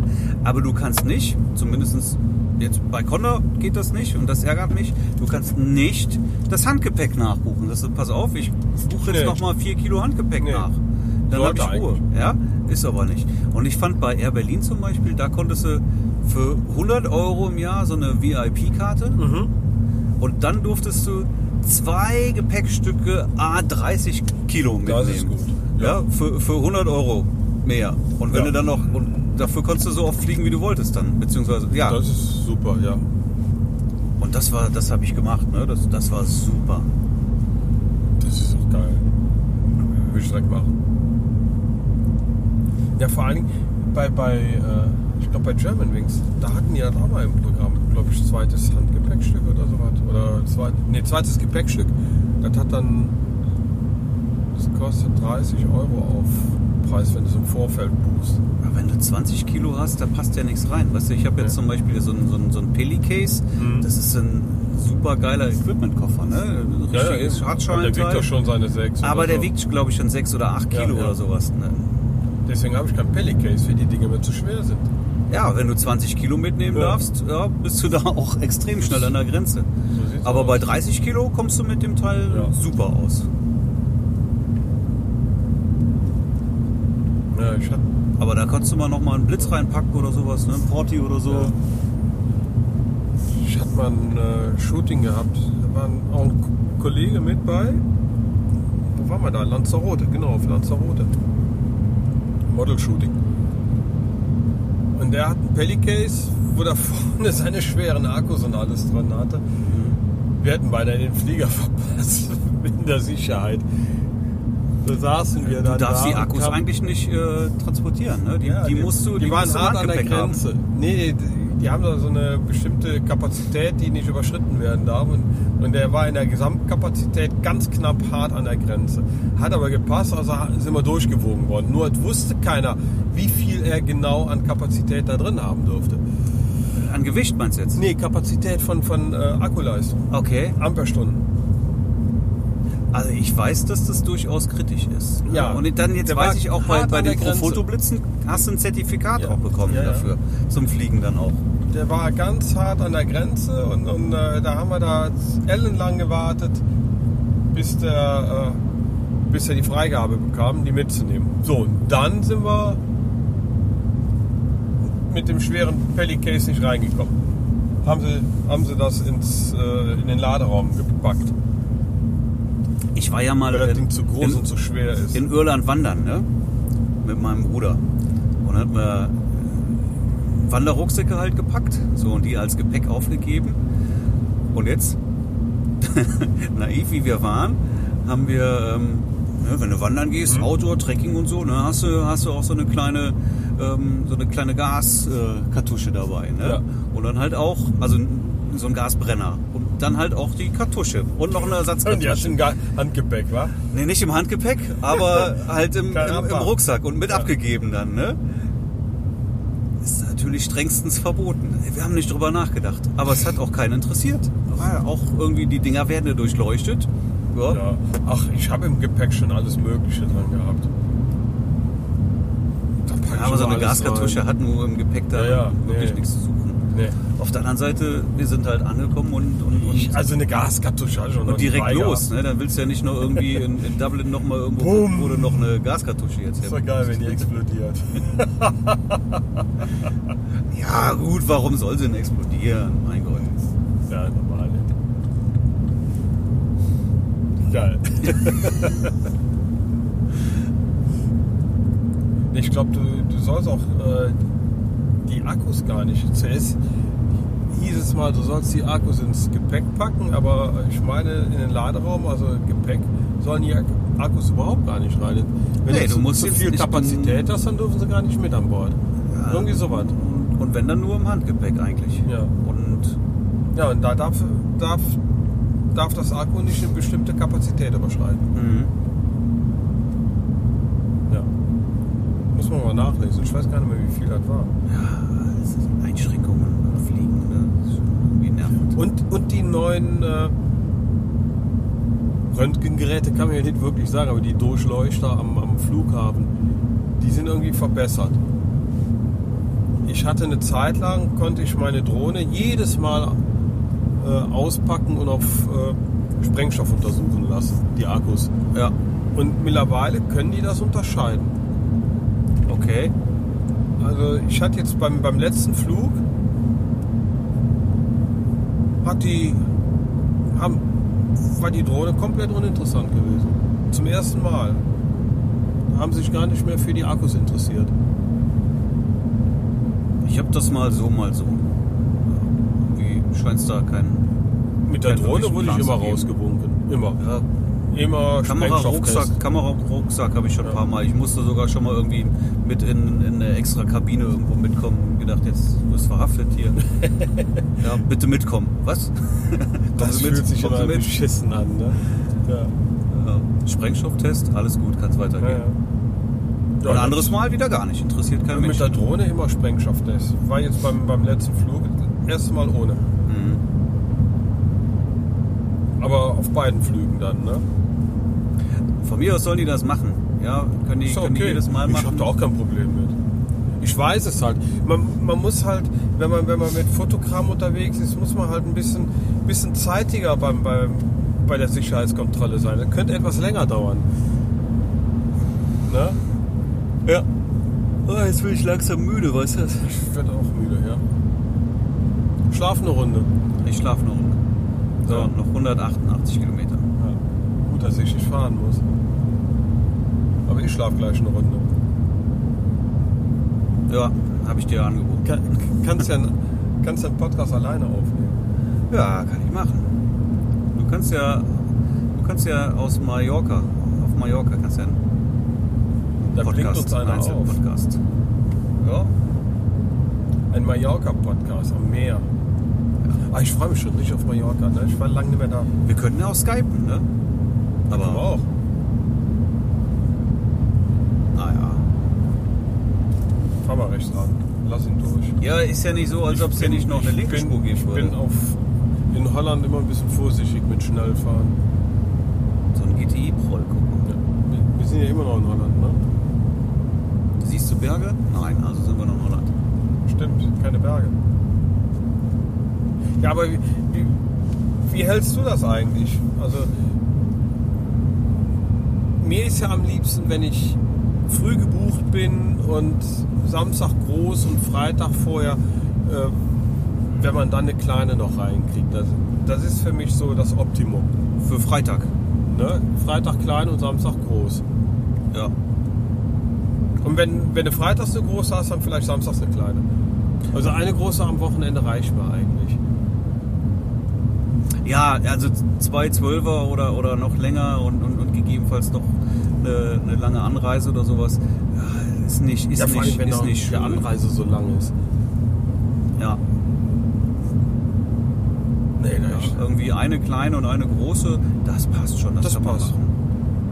Speaker 2: Aber du kannst nicht, zumindest jetzt bei Condor geht das nicht und das ärgert mich, du kannst nicht das Handgepäck nachbuchen. Das ist, pass auf, ich buche jetzt
Speaker 1: Nee.
Speaker 2: nochmal 4 Kilo Handgepäck
Speaker 1: Nee.
Speaker 2: nach. Dann habe
Speaker 1: Sollte
Speaker 2: ich Ruhe. Ja, ist aber nicht. Und ich fand bei Air Berlin zum Beispiel, da konntest du für 100 Euro im Jahr so eine VIP-Karte
Speaker 1: Mhm.
Speaker 2: und dann durftest du zwei Gepäckstücke A30 Kilo mitnehmen.
Speaker 1: Das ist gut.
Speaker 2: Ja, für, für 100 Euro mehr. Und wenn
Speaker 1: Ja.
Speaker 2: du dann noch, und dafür konntest du so oft fliegen, wie du wolltest dann. Beziehungsweise, ja.
Speaker 1: Das ist super, ja.
Speaker 2: und das war, das habe ich gemacht, ne? Das, das war super.
Speaker 1: Das ist auch geil. Will ich direkt machen. Ja, vor allen Dingen bei, bei äh, ich glaube bei German Wings, da hatten die das auch mal im Programm, glaube ich, zweites Handgepäckstück oder sowas. Oder zweit, nee, zweites Gepäckstück. Das hat dann, das kostet 30 Euro auf Preis, wenn du es im Vorfeld buchst.
Speaker 2: Aber wenn du 20 Kilo hast, da passt ja nichts rein. Weißt du, ich habe jetzt
Speaker 1: Ja.
Speaker 2: zum
Speaker 1: Mhm.
Speaker 2: Beispiel so ein, so ein, so ein Pelli-Case. Das ist ein super geiler Equipment-Koffer. Ne? Ein Richtiges
Speaker 1: Der wiegt
Speaker 2: Hartschalen-Teil.
Speaker 1: doch schon seine 6.
Speaker 2: Aber
Speaker 1: oder
Speaker 2: der
Speaker 1: so.
Speaker 2: wiegt, glaube ich, schon 6 oder 8
Speaker 1: Ja,
Speaker 2: Kilo
Speaker 1: ja.
Speaker 2: oder sowas. Ne?
Speaker 1: Deswegen habe ich kein Pellicase, weil die Dinge mir zu schwer sind.
Speaker 2: Ja, wenn du 20 Kilo mitnehmen
Speaker 1: Ja.
Speaker 2: darfst, ja, bist du da auch extrem schnell an der Grenze.
Speaker 1: So sieht's
Speaker 2: Aber
Speaker 1: aus.
Speaker 2: bei 30 Kilo kommst du mit dem Teil
Speaker 1: Ja.
Speaker 2: super aus.
Speaker 1: Ja, ich hab,
Speaker 2: Aber da kannst du mal nochmal einen Blitz reinpacken oder sowas, ne? einen Porti oder so.
Speaker 1: Ja. ich hatte mal ein äh, Shooting gehabt. Da war ein, auch ein K- Kollege mit bei. Wo waren wir da? Lanzarote, genau, auf Lanzarote. Model-Shooting. Und der hat ein Pelicase, wo da vorne seine schweren Akkus und alles drin hatte.
Speaker 2: Mhm.
Speaker 1: Wir hätten beinahe den Flieger verpasst in der Sicherheit. Da saßen wir dann
Speaker 2: Du darfst
Speaker 1: da
Speaker 2: die
Speaker 1: und
Speaker 2: Akkus
Speaker 1: kamen-
Speaker 2: eigentlich nicht äh, transportieren. Ne? Die,
Speaker 1: ja,
Speaker 2: die musst du,
Speaker 1: die, waren
Speaker 2: musst du im
Speaker 1: hart an der
Speaker 2: Handgepäck haben.
Speaker 1: Grenze. Nee, die, die haben da so eine bestimmte Kapazität, die nicht überschritten werden darf. Und, und der war in der Gesamtkapazität ganz knapp hart an der Grenze. Hat aber gepasst, also sind wir durchgewogen worden. Nur wusste keiner, wie viel er genau an Kapazität da drin haben durfte.
Speaker 2: An Gewicht meinst du jetzt?
Speaker 1: Nee, Kapazität von, von äh, Akkuleistung.
Speaker 2: Okay.
Speaker 1: Amperstunden.
Speaker 2: Also ich weiß, dass das durchaus kritisch ist. ne?
Speaker 1: Ja.
Speaker 2: Und dann jetzt
Speaker 1: Der war
Speaker 2: weiß ich auch, bei,
Speaker 1: hart
Speaker 2: bei
Speaker 1: an
Speaker 2: den
Speaker 1: der Grenze.
Speaker 2: Profotoblitzen hast du ein Zertifikat
Speaker 1: Ja.
Speaker 2: auch bekommen
Speaker 1: Ja, ja.
Speaker 2: dafür. Zum Fliegen dann auch.
Speaker 1: Der war ganz hart an der Grenze und, und äh, da haben wir da ellenlang gewartet, bis der, äh, bis er die Freigabe bekam, die mitzunehmen. So, und dann sind wir mit dem schweren Pellicase nicht reingekommen. Haben sie, haben sie das ins, äh, in den Laderaum gepackt,
Speaker 2: Ich war ja mal
Speaker 1: weil das
Speaker 2: Also in-
Speaker 1: Ding zu groß
Speaker 2: in,
Speaker 1: und zu schwer ist.
Speaker 2: in Irland wandern, ne? Mit meinem Bruder. Und dann hat man äh, Wanderrucksäcke halt gepackt, so und die als Gepäck aufgegeben. Und jetzt, naiv wie wir waren, haben wir, ähm, ne, wenn du wandern gehst, Outdoor, Trekking und so, ne, hast du, hast du auch so eine kleine, ähm, so eine kleine Gaskartusche äh, Kartusche dabei, ne?
Speaker 1: Ja.
Speaker 2: Und dann halt auch, also so ein Gasbrenner. Und dann halt auch die Kartusche und noch eine
Speaker 1: und
Speaker 2: Ersatzkartusche.
Speaker 1: die hat im Ga- Handgepäck, wa?
Speaker 2: Nee, nicht im Handgepäck, aber halt im,
Speaker 1: Kein
Speaker 2: im, im
Speaker 1: Abfall.
Speaker 2: Rucksack und mit abgegeben dann, ne? Ist natürlich strengstens verboten. Wir haben nicht drüber nachgedacht. Aber es hat auch keinen interessiert. War ja auch irgendwie, die Dinger werden ja durchleuchtet. Ja.
Speaker 1: Ja. Ach, ich habe im Gepäck schon alles Mögliche dran gehabt. Da pack ich
Speaker 2: Aber so
Speaker 1: immer
Speaker 2: eine
Speaker 1: alles rein.
Speaker 2: Gaskartusche hat nur im Gepäck da
Speaker 1: Ja, ja,
Speaker 2: wirklich
Speaker 1: nee.
Speaker 2: nichts zu suchen.
Speaker 1: Nee.
Speaker 2: Auf der anderen Seite, wir sind halt angekommen und, und,
Speaker 1: Ich,
Speaker 2: und,
Speaker 1: also eine Gaskartusche hatte ich schon
Speaker 2: und direkt
Speaker 1: Weiger.
Speaker 2: los. Ne? Dann willst du ja nicht nur irgendwie in, in Dublin nochmal irgendwo,
Speaker 1: Boom.
Speaker 2: wo du noch eine Gaskartusche jetzt
Speaker 1: Ist doch
Speaker 2: her-
Speaker 1: geil, wenn die explodiert.
Speaker 2: Ja, gut, warum soll sie denn explodieren? Mein Gott.
Speaker 1: Ja, normal. Geil. ich glaube, du, du sollst auch äh, die Akkus gar nicht. Zuerst hieß es mal, du sollst die Akkus ins Gepäck packen, aber ich meine, in den Laderaum, also Gepäck, sollen die Ak- Akkus überhaupt gar nicht rein. Wenn
Speaker 2: Nee,
Speaker 1: du,
Speaker 2: du
Speaker 1: zu-
Speaker 2: musst
Speaker 1: zu
Speaker 2: jetzt
Speaker 1: viel
Speaker 2: nicht-
Speaker 1: Kapazität hast, dann dürfen sie gar nicht mit an Bord.
Speaker 2: Ja.
Speaker 1: Irgendwie sowas.
Speaker 2: Und wenn dann nur im Handgepäck eigentlich.
Speaker 1: Ja.
Speaker 2: Und
Speaker 1: Ja, und da darf, darf, darf das Akku nicht eine bestimmte Kapazität überschreiten.
Speaker 2: mh,
Speaker 1: Ja. Muss man mal nachlesen. Ich weiß gar nicht mehr, wie viel das war.
Speaker 2: ja, es sind Einschränkungen beim Fliegen. Ne? Das ist irgendwie nervend.
Speaker 1: Und, und die neuen äh, Röntgengeräte kann man ja nicht wirklich sagen, aber die Durchleuchter am, am Flughafen, die sind irgendwie verbessert. Ich hatte eine Zeit lang, konnte ich meine Drohne jedes Mal äh, auspacken und auf äh, Sprengstoff untersuchen lassen, die Akkus.
Speaker 2: Ja,
Speaker 1: Und mittlerweile können die das unterscheiden.
Speaker 2: okay.
Speaker 1: Also ich hatte jetzt beim, beim letzten Flug hat die haben, war die Drohne komplett uninteressant gewesen. Zum ersten Mal haben sich gar nicht mehr für die Akkus interessiert.
Speaker 2: Ich habe das mal so, mal so. Irgendwie scheint es da keinen.
Speaker 1: Mit der
Speaker 2: Kein
Speaker 1: Drohne
Speaker 2: wirklichen
Speaker 1: wurde ich
Speaker 2: Plan
Speaker 1: immer
Speaker 2: zu geben.
Speaker 1: rausgewunken. Immer.
Speaker 2: Ja,
Speaker 1: Immer
Speaker 2: Kamera,
Speaker 1: Sprengstofftest.
Speaker 2: Rucksack, Kamera, Rucksack habe ich schon ein paar Mal. Ich musste sogar schon mal irgendwie mit in, in eine extra Kabine irgendwo mitkommen. Ich gedacht, jetzt wirst du verhaftet hier. ja, bitte mitkommen. Was? Kommen
Speaker 1: Das
Speaker 2: Sie mit,
Speaker 1: fühlt sich
Speaker 2: kommen Sie
Speaker 1: immer
Speaker 2: mit.
Speaker 1: beschissen an. Ne? Ja.
Speaker 2: Ja, Ähm, Sprengstofftest, alles gut, kann es
Speaker 1: Ja, ja.
Speaker 2: weitergehen.
Speaker 1: Ja,
Speaker 2: ein anderes Mal wieder gar nicht, interessiert kein
Speaker 1: mit
Speaker 2: Mensch.
Speaker 1: der Drohne immer Sprengstofftest. War jetzt beim, beim letzten Flug erstes Mal ohne.
Speaker 2: Mhm.
Speaker 1: Aber auf beiden Flügen dann, ne?
Speaker 2: Von mir aus sollen die das machen. Ja, können die,
Speaker 1: Ist doch
Speaker 2: können die jedes Mal
Speaker 1: Ich habe
Speaker 2: machen.
Speaker 1: da auch kein Problem mit. Ich weiß es halt. Man, man muss halt, wenn man, wenn man mit Fotogramm unterwegs ist, muss man halt ein bisschen, bisschen zeitiger beim, beim, bei der Sicherheitskontrolle sein. Das könnte etwas länger dauern. Ne?
Speaker 2: ja. Oh, jetzt bin ich langsam müde, weißt du das?
Speaker 1: Ich werde auch müde, ja. Schlaf eine Runde.
Speaker 2: Ich schlafe eine Runde. So,
Speaker 1: Ja.
Speaker 2: noch 188 Kilometer.
Speaker 1: Ja. Gut, dass ich nicht fahren muss. Aber ich schlafe gleich eine Runde.
Speaker 2: Ja, habe ich dir angeboten.
Speaker 1: Kann, kannst ja kannst ja einen Podcast alleine aufnehmen.
Speaker 2: Ja, kann ich machen. Du kannst ja, du kannst ja aus Mallorca, auf Mallorca kannst ja einen
Speaker 1: Da blinkt
Speaker 2: Podcast,
Speaker 1: uns einer auf.
Speaker 2: Einzelpodcast. Ja,
Speaker 1: Ein Mallorca-Podcast am Meer. Ah, ich freue mich schon richtig auf Mallorca. Ne? Ich war lange nicht mehr da.
Speaker 2: wir könnten ja auch skypen, ne?
Speaker 1: Du
Speaker 2: Aber,
Speaker 1: auch.
Speaker 2: naja.
Speaker 1: Fahr mal rechts ran. Lass ihn durch.
Speaker 2: Ja, ist ja nicht so, als ob es hier nicht noch eine linke
Speaker 1: ich bin,
Speaker 2: Spur geben
Speaker 1: Ich bin
Speaker 2: würde.
Speaker 1: auf, in Holland immer ein bisschen vorsichtig mit Schnellfahren.
Speaker 2: So ein GTI-Proll, guck mal.
Speaker 1: Ja. Wir, wir sind ja immer noch in Holland, ne?
Speaker 2: Siehst du Berge? Nein, also sind wir noch in Holland.
Speaker 1: Stimmt, keine Berge. Ja, aber wie, wie, wie hältst du das eigentlich? Also, mir ist ja am liebsten, wenn ich früh gebucht bin und Samstag groß und Freitag vorher, äh, wenn man dann eine kleine noch reinkriegt. Das, das ist für mich so das Optimum.
Speaker 2: Für Freitag.
Speaker 1: Ne? Freitag klein und Samstag groß.
Speaker 2: Ja.
Speaker 1: Und wenn, wenn du freitags eine große hast, dann vielleicht samstags eine kleine. Also eine große am Wochenende reicht mir eigentlich.
Speaker 2: Ja, also zwei Zwölfer oder, oder noch länger und, und, und gegebenenfalls noch eine, eine lange Anreise oder sowas. Ja, Ist nicht, ist
Speaker 1: vor allem,
Speaker 2: nicht,
Speaker 1: wenn
Speaker 2: ist
Speaker 1: auch
Speaker 2: nicht
Speaker 1: die
Speaker 2: schön.
Speaker 1: Anreise so lang ist.
Speaker 2: Ja,
Speaker 1: Nee,
Speaker 2: ja, irgendwie eine kleine und eine große, das passt schon. Das,
Speaker 1: Das
Speaker 2: kann man
Speaker 1: passt.
Speaker 2: machen.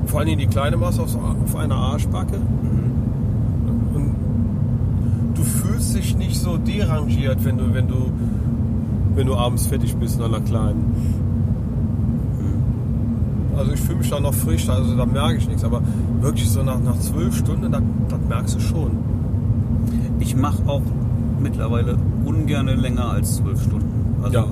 Speaker 1: Vor allem die kleine machst du auf, so- auf einer Arschbacke.
Speaker 2: Mhm.
Speaker 1: Und du fühlst dich nicht so derangiert, wenn du, wenn du, wenn du abends fertig bist in einer kleinen.
Speaker 2: Hm.
Speaker 1: Also ich fühle mich da noch frisch, also da merke ich nichts. Aber wirklich so nach, nach zwölf Stunden, da, das merkst du schon.
Speaker 2: Ich mache auch mittlerweile ungern länger als zwölf Stunden. Also
Speaker 1: Ja.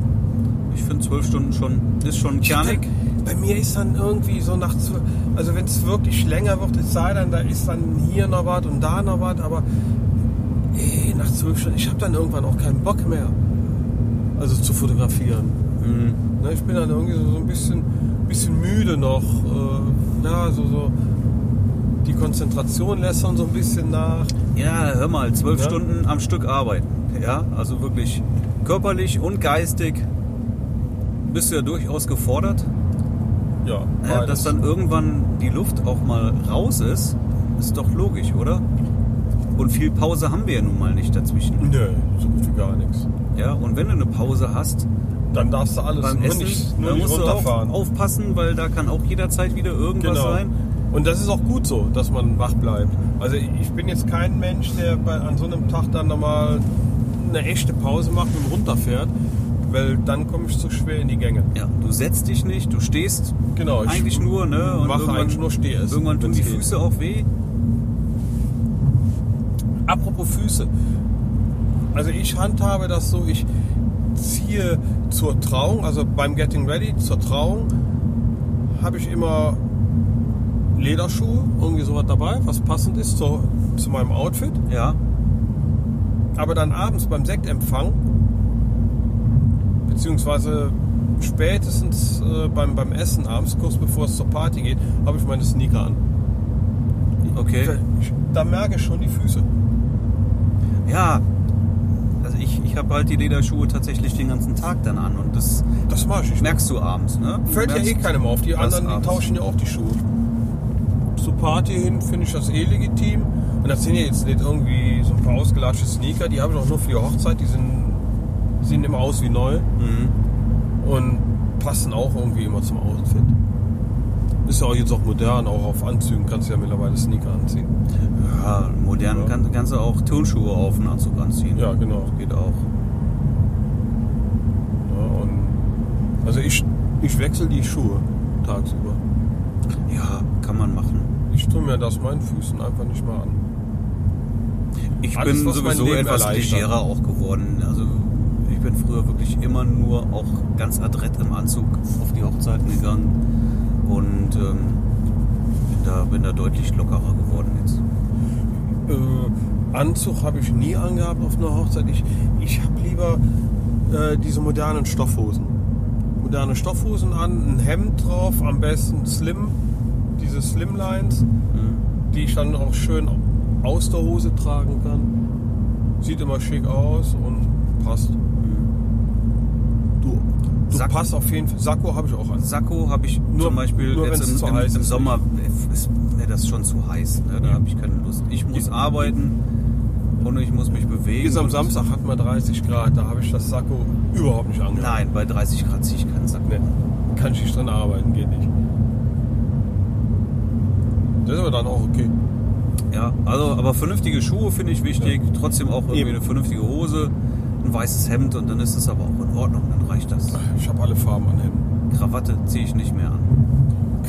Speaker 2: ich finde zwölf Stunden schon ist schon
Speaker 1: Ich
Speaker 2: kernig.
Speaker 1: kann- Bei mir ist dann irgendwie so nach, zw- also wenn es wirklich länger wird, es sei denn, da ist dann hier noch was und da noch was, aber ey, nach zwölf Stunden, ich habe dann irgendwann auch keinen Bock mehr, also zu fotografieren.
Speaker 2: Mhm.
Speaker 1: Ne, ich bin dann irgendwie so, so ein bisschen, bisschen müde noch, äh, ja, so, so, die Konzentration lässt dann so ein bisschen nach.
Speaker 2: Ja, hör mal, zwölf
Speaker 1: Ja.
Speaker 2: Stunden am Stück arbeiten. Ja, also wirklich körperlich und geistig bist du ja durchaus gefordert.
Speaker 1: Ja,
Speaker 2: Ja, dass dann irgendwann die Luft auch mal raus ist, ist doch logisch, oder? Und viel Pause haben wir ja nun mal nicht dazwischen.
Speaker 1: Nö, so gut wie gar nichts.
Speaker 2: Ja, und wenn du eine Pause hast
Speaker 1: Dann darfst du alles
Speaker 2: beim
Speaker 1: nur
Speaker 2: Essen,
Speaker 1: nicht, nur
Speaker 2: dann
Speaker 1: nicht
Speaker 2: musst du auch
Speaker 1: runterfahren. Genau.
Speaker 2: aufpassen, weil da kann auch jederzeit wieder irgendwas sein.
Speaker 1: Und das ist auch gut so, dass man wach bleibt. Also ich bin jetzt kein Mensch, der bei, an so einem Tag dann nochmal eine echte Pause macht und runterfährt, weil dann komme ich zu schwer in die Gänge.
Speaker 2: Ja, du setzt dich nicht, du stehst
Speaker 1: Genau, ich
Speaker 2: eigentlich nur, ne?
Speaker 1: mache
Speaker 2: irgendwann-
Speaker 1: eigentlich nur Stehessen,
Speaker 2: Irgendwann tun
Speaker 1: wenn's
Speaker 2: die
Speaker 1: geht.
Speaker 2: Füße auch weh.
Speaker 1: Apropos Füße. Also ich handhabe das so, ich ziehe zur Trauung, also beim Getting Ready zur Trauung habe ich immer Lederschuhe, irgendwie sowas dabei, was passend ist zu, zu meinem Outfit.
Speaker 2: Ja,
Speaker 1: Aber dann abends beim Sektempfang, beziehungsweise spätestens äh, beim, beim Essen abends, kurz bevor es zur Party geht, habe ich meine Sneaker an.
Speaker 2: okay.
Speaker 1: Ich- Da merke ich schon die Füße.
Speaker 2: Ja, also ich, ich habe halt die Lederschuhe tatsächlich den ganzen Tag dann an und das
Speaker 1: Das mache ich.
Speaker 2: merkst du abends, ne? Du
Speaker 1: Fällt ja
Speaker 2: merkst,
Speaker 1: eh keinem auf. Die
Speaker 2: das
Speaker 1: anderen die
Speaker 2: abends.
Speaker 1: tauschen ja auch die Schuhe. Zur Party hin finde ich das eh legitim. Und das sind ja jetzt nicht irgendwie so ein paar ausgelatschte Sneaker. Die habe ich auch nur für die Hochzeit. Die sind, sehen immer aus wie neu.
Speaker 2: Mhm.
Speaker 1: und passen auch irgendwie immer zum Outfit. Ist ja auch jetzt auch modern, auch auf Anzügen kannst du ja mittlerweile Sneaker anziehen.
Speaker 2: Ja, modern
Speaker 1: Ja.
Speaker 2: Kann, kannst du auch Turnschuhe auf den Anzug anziehen.
Speaker 1: Ja, genau.
Speaker 2: Geht auch.
Speaker 1: Ja, und also ich, ich wechsle die Schuhe tagsüber.
Speaker 2: Ja, kann man machen.
Speaker 1: Ich tue mir das meinen Füßen einfach nicht mal an.
Speaker 2: Ich
Speaker 1: Alles,
Speaker 2: bin
Speaker 1: was mein
Speaker 2: sowieso
Speaker 1: Leben
Speaker 2: etwas
Speaker 1: erleichtert.
Speaker 2: legerer auch geworden. Also ich bin früher wirklich immer nur auch ganz adrett im Anzug auf die Hochzeiten gegangen und ähm, bin, da, bin da deutlich lockerer geworden jetzt.
Speaker 1: Äh, Anzug habe ich nie angehabt auf einer Hochzeit. Ich, ich habe lieber äh, diese modernen Stoffhosen. Moderne Stoffhosen an, ein Hemd drauf, am besten Slim, diese Slimlines,
Speaker 2: Mhm.
Speaker 1: die ich dann auch schön aus der Hose tragen kann. Sieht immer schick aus und passt.
Speaker 2: Mhm.
Speaker 1: Du, du
Speaker 2: Sack-
Speaker 1: passt auf jeden Fall. Sakko habe ich auch an.
Speaker 2: Sakko habe ich
Speaker 1: Nur-
Speaker 2: zum Beispiel
Speaker 1: nur
Speaker 2: jetzt
Speaker 1: wenn's
Speaker 2: im,
Speaker 1: zu
Speaker 2: im,
Speaker 1: heiß
Speaker 2: im
Speaker 1: ist.
Speaker 2: Sommer äh, ist mir das schon zu heiß. Ne? Da
Speaker 1: Ja.
Speaker 2: habe ich keine Lust. Ich muss arbeiten und ich muss mich bewegen.
Speaker 1: Jetzt am
Speaker 2: und-
Speaker 1: Samstag hatten wir 30 Grad, da habe ich das Sakko überhaupt nicht angehabt.
Speaker 2: Nein, bei 30 Grad ziehe ich keinen Sakko.
Speaker 1: Nee, kann ich nicht dran arbeiten, geht nicht. Das ist aber dann auch okay.
Speaker 2: Ja, also aber vernünftige Schuhe finde ich wichtig. Trotzdem auch irgendwie
Speaker 1: Eben.
Speaker 2: eine vernünftige Hose, ein weißes Hemd und dann ist es aber auch in Ordnung. Dann reicht das.
Speaker 1: Ich habe alle Farben an Hemden.
Speaker 2: Krawatte ziehe ich nicht mehr an.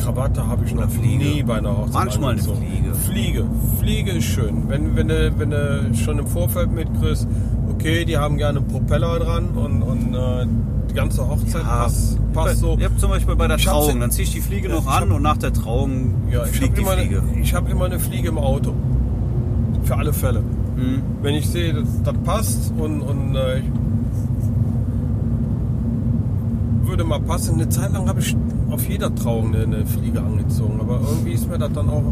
Speaker 1: Krawatte habe ich
Speaker 2: Oder
Speaker 1: noch
Speaker 2: Fliege.
Speaker 1: nie bei einer Hochzeit.
Speaker 2: Manchmal eine
Speaker 1: angezogen.
Speaker 2: Fliege.
Speaker 1: Fliege. Fliege ist schön. Wenn, wenn, du, wenn du schon im Vorfeld mitkriegst, okay, die haben gerne einen Propeller dran und, und äh, die ganze Hochzeit passt, passt so.
Speaker 2: Ich habe zum Beispiel bei der
Speaker 1: Ich hab's-
Speaker 2: Trauung, dann ziehe ich die Fliege
Speaker 1: Ja,
Speaker 2: noch
Speaker 1: ich
Speaker 2: an
Speaker 1: hab-
Speaker 2: und nach der Trauung
Speaker 1: Ja, ich
Speaker 2: fliegt
Speaker 1: habe
Speaker 2: die
Speaker 1: immer,
Speaker 2: Fliege.
Speaker 1: eine- ich hab immer eine Fliege im Auto. Für alle Fälle.
Speaker 2: Hm.
Speaker 1: Wenn ich sehe, das, das passt und, und äh, ich würde mal passen. Eine Zeit lang habe ich auf jeder Trauung eine, eine Fliege angezogen, aber irgendwie ist mir das dann auch,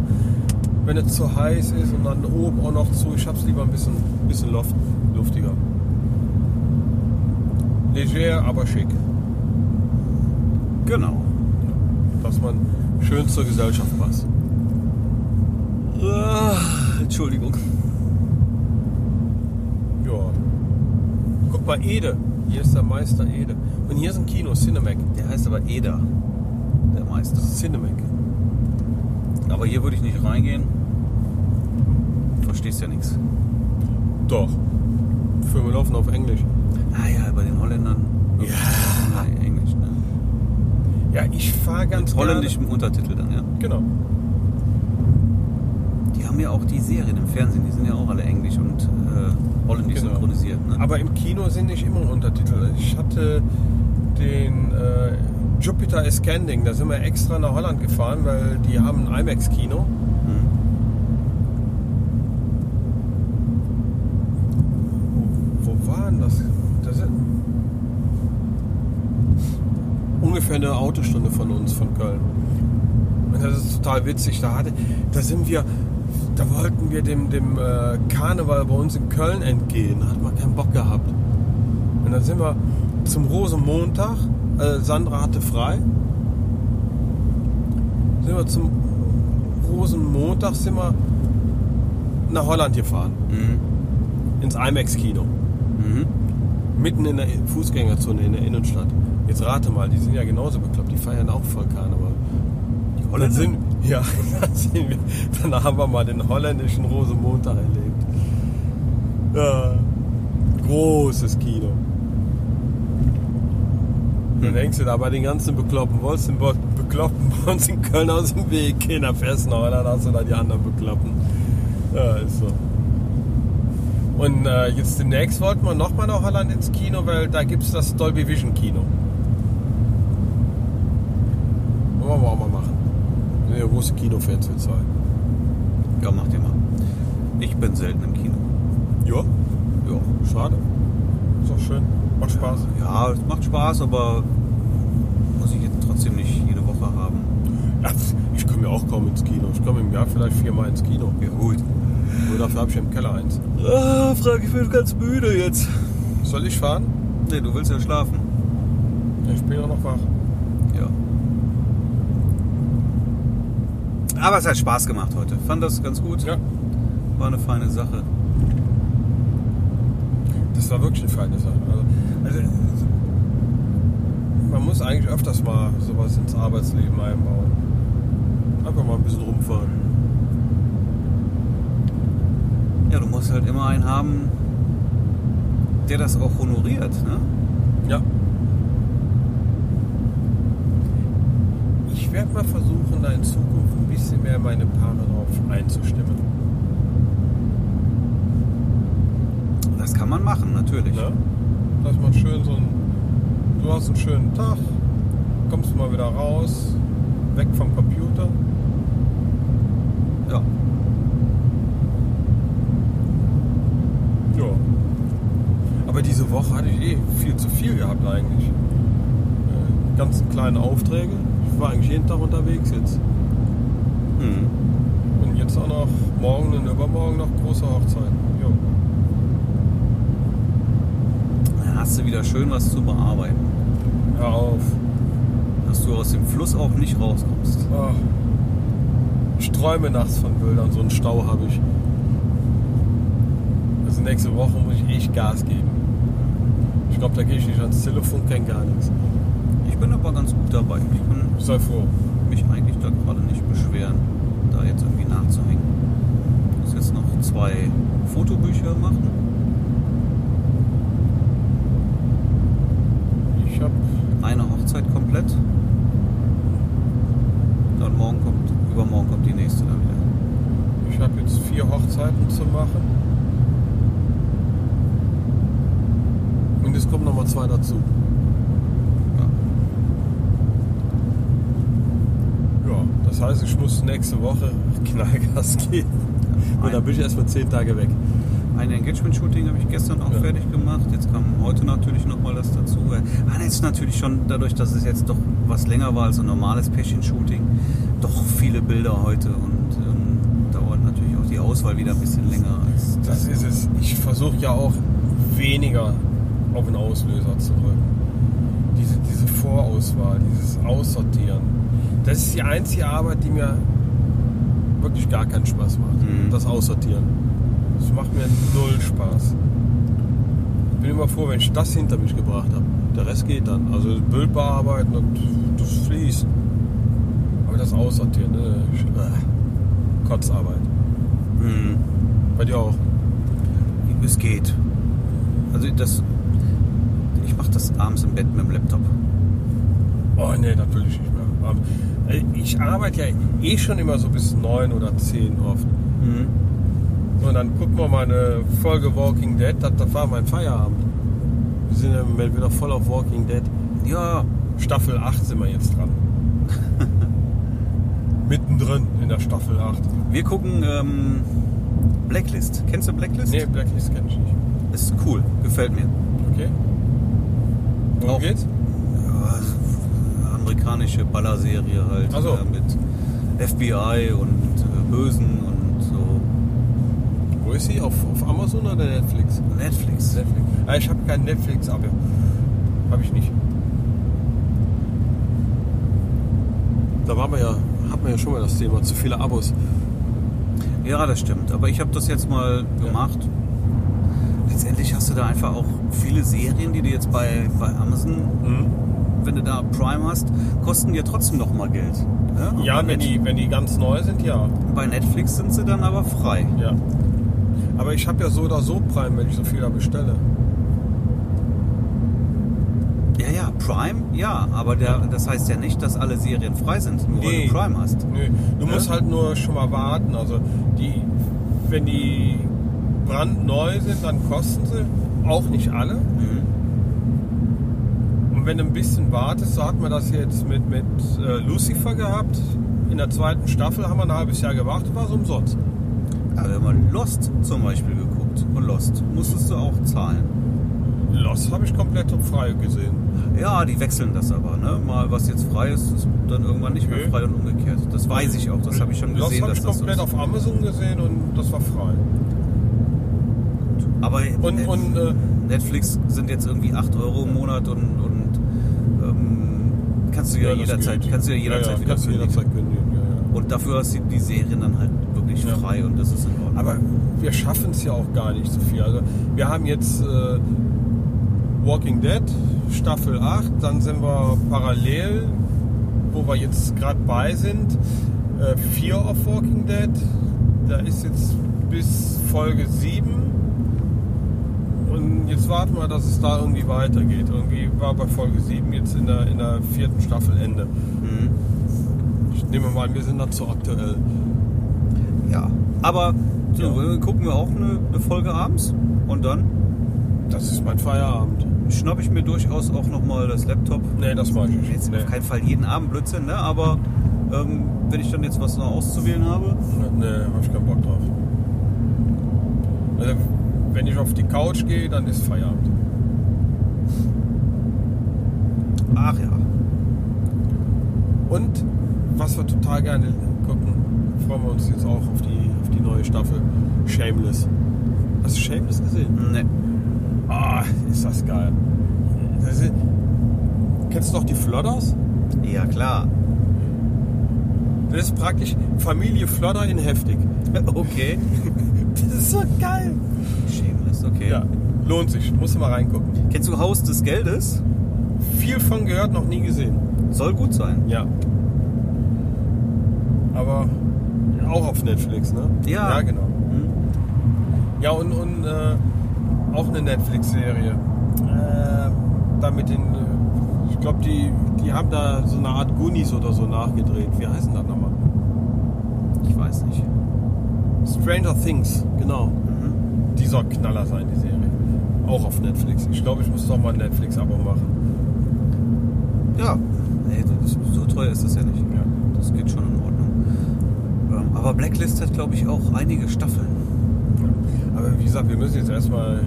Speaker 1: wenn es zu heiß ist und dann oben auch noch zu, ich habe es lieber ein bisschen, bisschen loft, luftiger. Leger, aber schick,
Speaker 2: Genau.
Speaker 1: dass man schön zur Gesellschaft passt.
Speaker 2: Ah, Entschuldigung.
Speaker 1: Ja. Guck mal, Ede. Hier ist der Meister Ede. Und hier ist ein Kino, Cinemac.
Speaker 2: Der heißt aber Eder, der Meister.
Speaker 1: Cinemac.
Speaker 2: Aber hier würde ich nicht reingehen. Verstehst ja nichts.
Speaker 1: Doch. Filme laufen auf Englisch.
Speaker 2: Naja, Ah bei den Holländern. Ja. Englisch, ne?
Speaker 1: Ja, ich fahre ganz
Speaker 2: Mit
Speaker 1: gerne-
Speaker 2: holländischem Untertitel dann, ja.
Speaker 1: Genau.
Speaker 2: Die haben ja auch die Serien im Fernsehen, die sind ja auch alle englisch und äh, holländisch
Speaker 1: Genau.
Speaker 2: synchronisiert. Ne?
Speaker 1: Aber im Kino sind nicht immer Untertitel. Ich hatte den äh, Jupiter Ascending, da sind wir extra nach Holland gefahren, weil die haben ein IMAX-Kino.
Speaker 2: Mhm.
Speaker 1: Wo waren das? Das ist ungefähr eine Autostunde von uns, von Köln. Und das ist total witzig. Da, hatte, da sind wir, da wollten wir dem, dem äh, Karneval bei uns in Köln entgehen. Da hat man keinen Bock gehabt. Und dann sind wir zum Rosenmontag. Äh, Sandra hatte frei. Sind wir zum Rosenmontag sind wir nach Holland gefahren.
Speaker 2: Mhm.
Speaker 1: Ins IMAX-Kino
Speaker 2: Mhm.
Speaker 1: mitten in der Fußgängerzone in der Innenstadt. Jetzt rate mal, die sind ja genauso bekloppt, die feiern auch voll Karneval.
Speaker 2: Die
Speaker 1: Dann
Speaker 2: Holländer
Speaker 1: sind, ja, dann, sind wir, dann haben wir mal den holländischen Rosenmontag erlebt. Ja, Äh, großes Kino.
Speaker 2: Hm.
Speaker 1: Dann denkst du da bei den ganzen Bekloppen, wolltest den Bo- Bekloppen bei uns in Köln aus dem Weg gehen, am festen Holland hast du da die anderen Bekloppen. Ja, ist so. Und äh, jetzt demnächst wollten wir nochmal nach Holland ins Kino, weil da gibt es das Dolby Vision Kino. Wollen wir auch mal machen. Wenn ihr große Kinofans wird sein.
Speaker 2: Ja, mach dir mal. Ich bin selten im Kino.
Speaker 1: Ja,
Speaker 2: Ja.
Speaker 1: schade. Ist auch schön. Macht Spaß.
Speaker 2: Ja, es macht Spaß, aber muss ich jetzt trotzdem nicht jede Woche haben.
Speaker 1: Ja, Ich komme ja auch kaum ins Kino. Ich komme im Jahr vielleicht viermal ins Kino.
Speaker 2: Ja, gut.
Speaker 1: Nur dafür habe ich im Keller eins.
Speaker 2: Ah, Frank, ich bin ganz müde jetzt.
Speaker 1: Soll ich fahren?
Speaker 2: Nee, du willst ja schlafen.
Speaker 1: Ja, Ich bin auch noch wach.
Speaker 2: Ja. Aber es hat Spaß gemacht heute. Fand das ganz gut.
Speaker 1: Ja,
Speaker 2: War eine feine Sache.
Speaker 1: das war wirklich eine feine Sache. Also, also, man muss eigentlich öfters mal sowas ins Arbeitsleben einbauen. Einfach mal ein bisschen rumfahren.
Speaker 2: Ja, du musst halt immer einen haben, der das auch honoriert, ne?
Speaker 1: Ja. Ich werde mal versuchen, da in Zukunft ein bisschen mehr meine Paare drauf einzustimmen.
Speaker 2: Das kann man machen, natürlich.
Speaker 1: Ne? Dass man schön so ein. Du hast einen schönen Tag, kommst mal wieder raus, weg vom Computer.
Speaker 2: Ja.
Speaker 1: Ja. Aber Aber diese Woche hatte ich eh viel zu viel gehabt eigentlich. Äh, ganzen kleinen Aufträge. Ich war eigentlich jeden Tag unterwegs jetzt.
Speaker 2: Hm.
Speaker 1: Und jetzt auch noch morgen und übermorgen noch große Hochzeiten. Jo.
Speaker 2: Dann hast du wieder schön was zu bearbeiten.
Speaker 1: Hör auf.
Speaker 2: Dass du aus dem Fluss auch nicht rauskommst.
Speaker 1: Ach. Oh. Ich träume nachts von Bildern, so einen Stau habe ich. Also nächste Woche muss ich echt Gas geben. Ich glaube, da gehe ich nicht ans Telefon, kenn gar nichts.
Speaker 2: Ich bin aber ganz gut dabei. Ich kann
Speaker 1: Sei froh.
Speaker 2: mich eigentlich da gerade nicht beschweren, da jetzt irgendwie nachzuhängen. Ich muss jetzt noch zwei Fotobücher machen.
Speaker 1: Ich habe
Speaker 2: Eine Hochzeit komplett. Dann morgen kommt, übermorgen kommt die nächste dann wieder.
Speaker 1: ich hab jetzt vier Hochzeiten zu machen. Und es kommen nochmal zwei dazu. Ja, das heißt, ich muss nächste Woche Knallgas geben. Und dann bin ich erstmal zehn Tage weg.
Speaker 2: Ein Engagement-Shooting habe ich gestern auch
Speaker 1: Ja.
Speaker 2: fertig gemacht. Jetzt kam heute natürlich nochmal das dazu. Ah, das ist natürlich schon dadurch, dass es jetzt doch was länger war als ein normales Pärchen-Shooting, doch viele Bilder heute und ähm, dauert natürlich auch die Auswahl wieder ein bisschen länger als
Speaker 1: Das ist es. Ich versuche ja auch weniger auf den Auslöser zu drücken. Diese, diese Vorauswahl, dieses Aussortieren. Das ist die einzige Arbeit, die mir wirklich gar keinen Spaß macht.
Speaker 2: Mhm.
Speaker 1: Das Aussortieren. Das macht mir null Spaß. Ich bin immer froh, wenn ich das hinter mich gebracht habe. Der Rest geht dann. Also Bild bearbeiten und das fließt. Aber das Aussortieren, ne? Ich- äh, Kotzarbeit.
Speaker 2: Hm,
Speaker 1: Bei dir auch.
Speaker 2: es geht. Also das, ich mache das abends im Bett mit dem Laptop.
Speaker 1: Oh nee, das will ich nicht mehr. Aber, äh, Ich arbeite ja eh schon immer so bis 9 oder 10 oft. Mhm. Und dann gucken wir mal eine Folge Walking Dead, das, das war mein Feierabend. Wir sind ja im Moment wieder voll auf Walking Dead.
Speaker 2: Ja,
Speaker 1: Staffel 8 sind wir jetzt dran. Mittendrin in der Staffel 8.
Speaker 2: wir gucken ähm, Blacklist. Kennst du Blacklist?
Speaker 1: Nee, Blacklist kenn ich nicht.
Speaker 2: Ist cool, gefällt mir.
Speaker 1: Okay. Worum
Speaker 2: Auch-
Speaker 1: geht's?
Speaker 2: Ja, amerikanische Ballerserie halt.
Speaker 1: Ach so.
Speaker 2: äh, mit FBI und äh, Bösen und so.
Speaker 1: Wo ist sie? Auf, auf Amazon oder Netflix?
Speaker 2: Netflix.
Speaker 1: Netflix. Ah, ich habe kein Netflix-Abo. Habe ich nicht. Da waren wir ja, hatten wir ja schon mal das Thema, zu viele Abos.
Speaker 2: Ja, das stimmt. Aber ich habe das jetzt mal
Speaker 1: Ja.
Speaker 2: gemacht. Letztendlich hast du da einfach auch viele Serien, die du jetzt bei, bei Amazon,
Speaker 1: Mhm.
Speaker 2: wenn du da Prime hast, kosten dir trotzdem noch mal Geld. Ja, Und
Speaker 1: Ja,
Speaker 2: bei
Speaker 1: wenn
Speaker 2: Net-
Speaker 1: die, wenn die ganz neu sind, ja.
Speaker 2: Bei Netflix sind sie dann aber frei.
Speaker 1: ja. Aber ich habe ja so oder so Prime, wenn ich so viel da bestelle.
Speaker 2: Ja, ja, Prime, ja. Aber der, das heißt ja nicht, dass alle Serien frei sind, nur weil
Speaker 1: Nee.
Speaker 2: du Prime hast.
Speaker 1: Nö, du
Speaker 2: Ja.
Speaker 1: musst halt nur schon mal warten. Also die, wenn die brandneu sind, dann kosten sie auch nicht alle.
Speaker 2: Mhm.
Speaker 1: Und wenn du ein bisschen wartest, so hat man das jetzt mit, mit äh, Lucifer gehabt. In der zweiten Staffel haben wir ein halbes Jahr gewartet, war es umsonst.
Speaker 2: Aber Äh, wenn man Lost zum Beispiel geguckt und Lost, musstest du auch zahlen.
Speaker 1: Lost habe ich komplett und frei gesehen.
Speaker 2: Ja, die wechseln das aber, ne? Mal was jetzt frei ist, ist dann irgendwann nicht mehr
Speaker 1: Okay.
Speaker 2: frei und umgekehrt. Das weiß ich auch, das habe ich schon
Speaker 1: Lost
Speaker 2: gesehen,
Speaker 1: habe ich
Speaker 2: dass das so
Speaker 1: komplett
Speaker 2: ist.
Speaker 1: auf Amazon gesehen und das war frei.
Speaker 2: Aber
Speaker 1: Und,
Speaker 2: Net-
Speaker 1: und äh,
Speaker 2: Netflix sind jetzt irgendwie 8 Euro im Monat und, und ähm, kannst du ja,
Speaker 1: das
Speaker 2: jederzeit,
Speaker 1: geht.
Speaker 2: kannst du ja jederzeit wieder
Speaker 1: kannst du
Speaker 2: kündigen.
Speaker 1: jederzeit kündigen. Ja, ja.
Speaker 2: Und dafür hast du die Serien dann halt wirklich
Speaker 1: Ja.
Speaker 2: frei und das ist in Ordnung.
Speaker 1: Aber wir schaffen es ja auch gar nicht so viel. Also wir haben jetzt äh, Walking Dead, Staffel 8, dann sind wir parallel, wo wir jetzt gerade bei sind, äh, Fear of Walking Dead. Da ist jetzt bis Folge 7. Und jetzt warten wir, dass es da irgendwie weitergeht. Irgendwie war bei Folge 7 jetzt in der, in der vierten Staffel Ende.
Speaker 2: Mhm.
Speaker 1: Ich nehme mal an, wir sind dazu aktuell.
Speaker 2: Ja. Aber so,
Speaker 1: Ja.
Speaker 2: äh, gucken wir auch eine, eine Folge abends und dann
Speaker 1: Das ist mein Feierabend.
Speaker 2: schnapp ich mir durchaus auch nochmal das Laptop
Speaker 1: Nee, das mag ich nicht.
Speaker 2: Jetzt
Speaker 1: Nee.
Speaker 2: auf keinen Fall jeden Abend Blödsinn, ne? aber ähm, wenn ich dann jetzt was noch auszuwählen habe,
Speaker 1: Nee, äh, hab ich keinen Bock drauf. Also, wenn ich auf die Couch gehe, dann ist Feierabend.
Speaker 2: Ach ja.
Speaker 1: Und was wir total gerne gucken, freuen wir uns jetzt auch auf die, auf die neue Staffel Shameless. Hast du Shameless gesehen?
Speaker 2: Ne.
Speaker 1: Ah, ist das geil. Das ist, kennst du noch die Flodders?
Speaker 2: Ja, klar.
Speaker 1: Das ist praktisch Familie Flodder in heftig.
Speaker 2: Okay.
Speaker 1: Das ist so geil.
Speaker 2: Shameless, okay.
Speaker 1: Ja, lohnt sich. Musst du mal reingucken.
Speaker 2: Kennst du Haus des Geldes?
Speaker 1: Viel von gehört, noch nie gesehen.
Speaker 2: Soll gut sein.
Speaker 1: Ja. Aber auch auf Netflix, ne?
Speaker 2: Ja.
Speaker 1: Ja, genau.
Speaker 2: Hm?
Speaker 1: Ja, und, und äh, auch eine Netflix-Serie. Äh, da mit den, äh, ich glaube, die, die haben da so eine Art Goonies oder so nachgedreht. Wie heißen das nochmal?
Speaker 2: Ich weiß nicht.
Speaker 1: Stranger Things, genau.
Speaker 2: Mhm.
Speaker 1: Die soll Knaller sein, die Serie. Auch auf Netflix. Ich glaube, ich muss doch mal ein Netflix-Abo machen.
Speaker 2: Ja. Nee, das, so teuer ist das ja nicht.
Speaker 1: Ja.
Speaker 2: Das geht schon in Ordnung. Ähm, aber Blacklist hat, glaube ich, auch einige Staffeln.
Speaker 1: Aber wie gesagt, wir müssen jetzt erstmal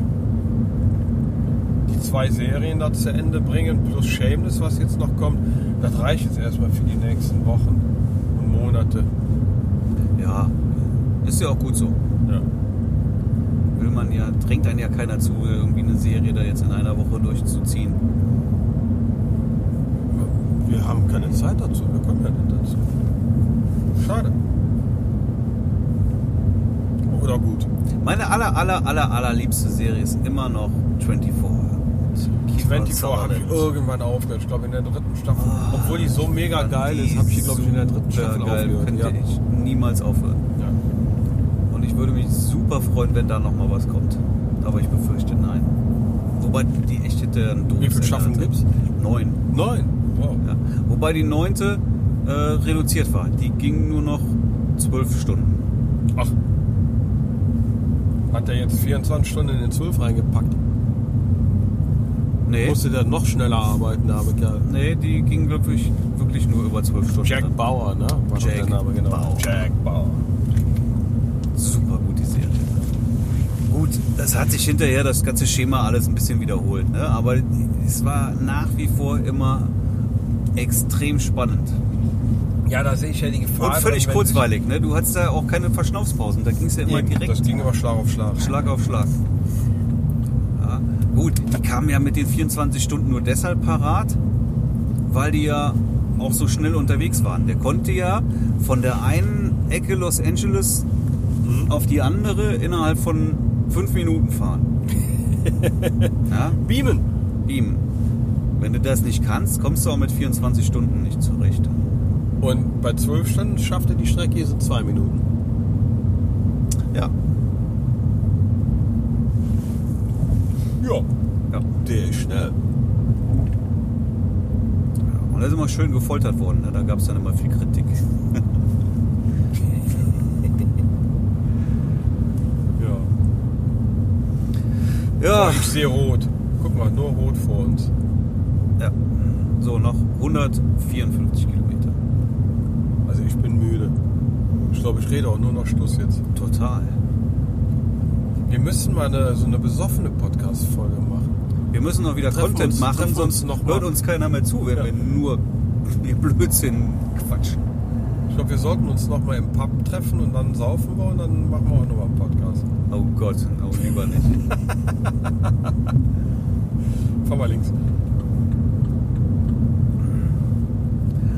Speaker 1: die zwei Serien da zu Ende bringen, plus Shameless, was jetzt noch kommt. Das reicht jetzt erstmal für die nächsten Wochen und Monate.
Speaker 2: Ja. Ist ja auch gut so.
Speaker 1: Ja.
Speaker 2: Will man ja, drängt einen ja keiner zu, irgendwie eine Serie da jetzt in einer Woche durchzuziehen.
Speaker 1: Wir haben keine Zeit dazu, wir kommen ja nicht dazu. Schade. Oder gut.
Speaker 2: Meine aller, aller, aller, allerliebste Serie ist immer noch 24. Mit Kiefer
Speaker 1: 24 habe ich
Speaker 2: Sutherland.
Speaker 1: irgendwann aufgehört. Ich glaube in der dritten Staffel.
Speaker 2: Ah,
Speaker 1: Obwohl die so mega geil ist, habe ich die, glaube ich, in der dritten
Speaker 2: super
Speaker 1: Staffel
Speaker 2: Äh, geil,
Speaker 1: aufgehört.
Speaker 2: Könnte
Speaker 1: Ja.
Speaker 2: ich niemals aufhören.
Speaker 1: Ja.
Speaker 2: Und ich würde mich super freuen, wenn da nochmal was kommt. Aber ich befürchte, nein. Wobei die echt hätte ein doofes
Speaker 1: Wie viele
Speaker 2: Ende
Speaker 1: Staffeln
Speaker 2: hatte.
Speaker 1: gibt's?
Speaker 2: Neun.
Speaker 1: Neun. Wow.
Speaker 2: Ja. Wobei die neunte äh, reduziert war. Die ging nur noch zwölf Stunden.
Speaker 1: Ach. Hat der jetzt 24 Stunden in den 12 reingepackt?
Speaker 2: Nee,
Speaker 1: Musste der noch schneller arbeiten, der arme Kerl.
Speaker 2: nee die ging wirklich, wirklich nur über zwölf Stunden.
Speaker 1: Jack Bauer, ne? War doch
Speaker 2: Jack
Speaker 1: der Name, genau.
Speaker 2: Bauer.
Speaker 1: Jack Bauer.
Speaker 2: Super gut, die Serie. Gut, das hat sich hinterher das ganze Schema alles ein bisschen wiederholt, ne? aber es war nach wie vor immer extrem spannend.
Speaker 1: Ja, da sehe ich ja die Gefahr.
Speaker 2: Und völlig
Speaker 1: drin, wenn
Speaker 2: kurzweilig, ne? du hattest da auch keine Verschnaufspausen, da ging es ja
Speaker 1: sich-
Speaker 2: immer
Speaker 1: Eben,
Speaker 2: direkt
Speaker 1: Das ging immer Schlag auf Schlag.
Speaker 2: Schlag auf Schlag. Ja, gut, die kamen ja mit den 24 Stunden nur deshalb parat, weil die ja auch so schnell unterwegs waren. Der konnte ja von der einen Ecke Los Angeles auf die andere innerhalb von fünf Minuten fahren. ja,
Speaker 1: Beamen.
Speaker 2: ihm. Wenn du das nicht kannst, kommst du auch mit 24 Stunden nicht zurecht.
Speaker 1: Und bei 12 Stunden schafft er die Strecke jetzt in 2 Minuten.
Speaker 2: Ja.
Speaker 1: Ja,
Speaker 2: ja.
Speaker 1: der ist schnell.
Speaker 2: Und da ist immer schön gefoltert worden. ne? Da gab es dann immer viel Kritik.
Speaker 1: Ja.
Speaker 2: Ja.
Speaker 1: Ich sehe rot. Guck mal, nur rot vor uns.
Speaker 2: Ja. So, noch 154 Kilometer.
Speaker 1: Also ich bin müde. Ich glaube, ich rede auch nur noch Schluss jetzt.
Speaker 2: Total.
Speaker 1: Wir müssen mal eine, so eine besoffene Podcast-Folge machen.
Speaker 2: Wir müssen noch wieder
Speaker 1: Treffen
Speaker 2: Content
Speaker 1: uns-
Speaker 2: machen,
Speaker 1: treffen uns
Speaker 2: sonst
Speaker 1: noch mal.
Speaker 2: hört uns keiner mehr zu, wenn
Speaker 1: Ja.
Speaker 2: wir nur hier Blödsinn quatschen.
Speaker 1: Ich glaube, wir sollten uns nochmal im Pub treffen und dann saufen wir und dann machen wir auch nochmal einen Podcast.
Speaker 2: Oh Gott, oh lieber nicht.
Speaker 1: Fahr mal links.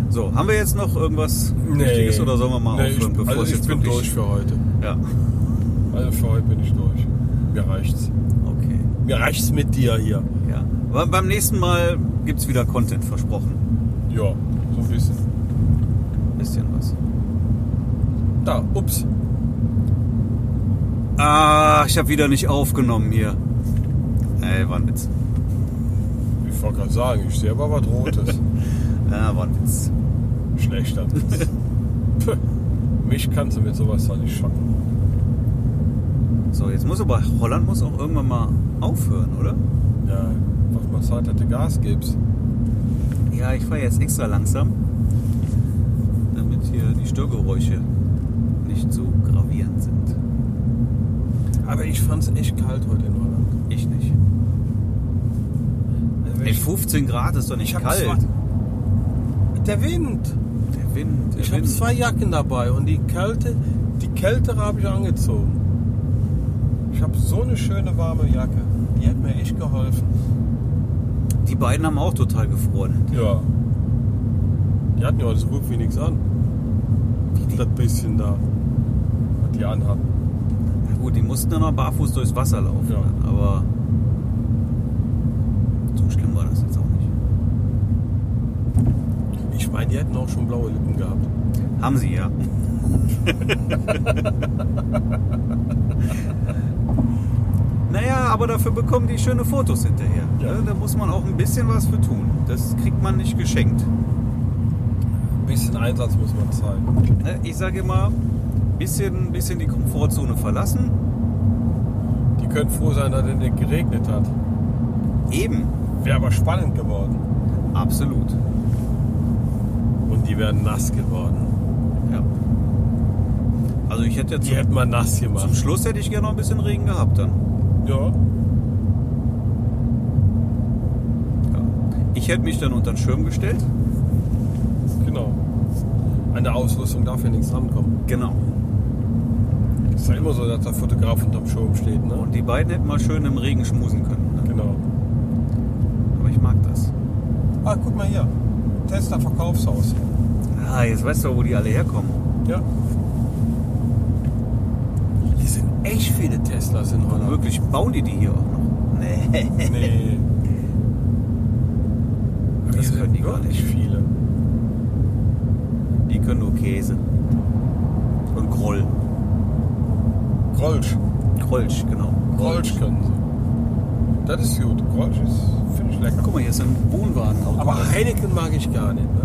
Speaker 2: So, haben wir jetzt noch irgendwas Wichtiges oder sollen wir mal
Speaker 1: Nee,
Speaker 2: aufhören,
Speaker 1: ich,
Speaker 2: bevor
Speaker 1: also
Speaker 2: es
Speaker 1: ich
Speaker 2: jetzt
Speaker 1: bin
Speaker 2: wirklich...
Speaker 1: durch für heute.
Speaker 2: Ja,
Speaker 1: Also für heute bin ich durch. Mir reicht's.
Speaker 2: okay.
Speaker 1: Mir reicht's mit dir hier.
Speaker 2: Ja. Aber beim nächsten Mal gibt es wieder Content, versprochen.
Speaker 1: Ja, so ein bisschen.
Speaker 2: Bisschen was.
Speaker 1: Da, ups.
Speaker 2: Ah, ich habe wieder nicht aufgenommen hier. Ey, war ein Witz.
Speaker 1: Ich wollte gerade sagen, ich sehe aber was Rotes.
Speaker 2: Ah, war ein Witz.
Speaker 1: Schlechter Witz. Puh, Mich kannst du mit sowas doch nicht schocken.
Speaker 2: So, jetzt muss aber Holland muss auch irgendwann mal aufhören, oder?
Speaker 1: Ja, was mal Zeit hatte, Gas gibst.
Speaker 2: Ja, ich fahre jetzt extra langsam, damit hier die Störgeräusche nicht so gravierend sind.
Speaker 1: Aber ich fand's echt kalt heute in Holland.
Speaker 2: Ich nicht.
Speaker 1: Also wenn
Speaker 2: Nee,
Speaker 1: Ich-
Speaker 2: 15 Grad ist doch nicht
Speaker 1: hab
Speaker 2: kalt.
Speaker 1: zwei- Der Wind.
Speaker 2: Der Wind, der
Speaker 1: Ich habe
Speaker 2: Wind.
Speaker 1: zwei Jacken dabei und die Kälte, die kältere habe ich angezogen. Ich habe so eine schöne warme Jacke. Die hat mir echt geholfen.
Speaker 2: Die beiden haben auch total gefroren.
Speaker 1: Ja. Die hatten ja so gut wie nichts an. Das bisschen da. Was die anhatten.
Speaker 2: Na gut, die mussten dann noch barfuß durchs Wasser laufen.
Speaker 1: Ja.
Speaker 2: Aber so schlimm war das jetzt auch nicht.
Speaker 1: Ich meine, die hätten auch schon blaue Lippen gehabt.
Speaker 2: Haben sie ja. naja, aber dafür bekommen die schöne Fotos hinterher.
Speaker 1: Ja.
Speaker 2: Ne? Da muss man auch ein bisschen was für tun. Das kriegt man nicht geschenkt.
Speaker 1: Ein bisschen Einsatz muss man zeigen.
Speaker 2: Ne? Ich sage immer, bisschen, bisschen die Komfortzone verlassen.
Speaker 1: Die können froh sein, dass es nicht geregnet hat.
Speaker 2: Eben.
Speaker 1: Wäre aber spannend geworden.
Speaker 2: Absolut.
Speaker 1: Und die wären nass geworden.
Speaker 2: Ja. Also ich hätte jetzt
Speaker 1: Die hätten wir nass
Speaker 2: Zum
Speaker 1: gemacht.
Speaker 2: Schluss hätte ich gerne noch ein bisschen Regen gehabt dann.
Speaker 1: Ja.
Speaker 2: Ich hätte mich dann unter den Schirm gestellt.
Speaker 1: Genau. An der Ausrüstung darf ja nichts rankommen.
Speaker 2: Genau.
Speaker 1: Es ist ja immer so, dass der Fotograf unterm Schirm steht, ne?
Speaker 2: Und die beiden hätten mal schön im Regen schmusen können.
Speaker 1: Genau.
Speaker 2: Aber ich mag das.
Speaker 1: Ah, guck mal hier. Tesla Verkaufshaus.
Speaker 2: Ah, jetzt weißt du, wo die alle herkommen.
Speaker 1: Ja. Hier sind echt viele Teslas in Holland.
Speaker 2: Wirklich, bauen die die hier auch noch? Nee.
Speaker 1: Nee.
Speaker 2: Das
Speaker 1: Hier sind
Speaker 2: können die gar
Speaker 1: wirklich viele.
Speaker 2: Die können nur Käse. Und Groll.
Speaker 1: Grolsch.
Speaker 2: Grolsch, genau.
Speaker 1: Grolsch können sie. Das ist gut. Grolsch ist, finde ich lecker.
Speaker 2: Guck mal, hier ist ein Wohnwagenauto.
Speaker 1: Aber Heineken mag ich gar nicht. Ne?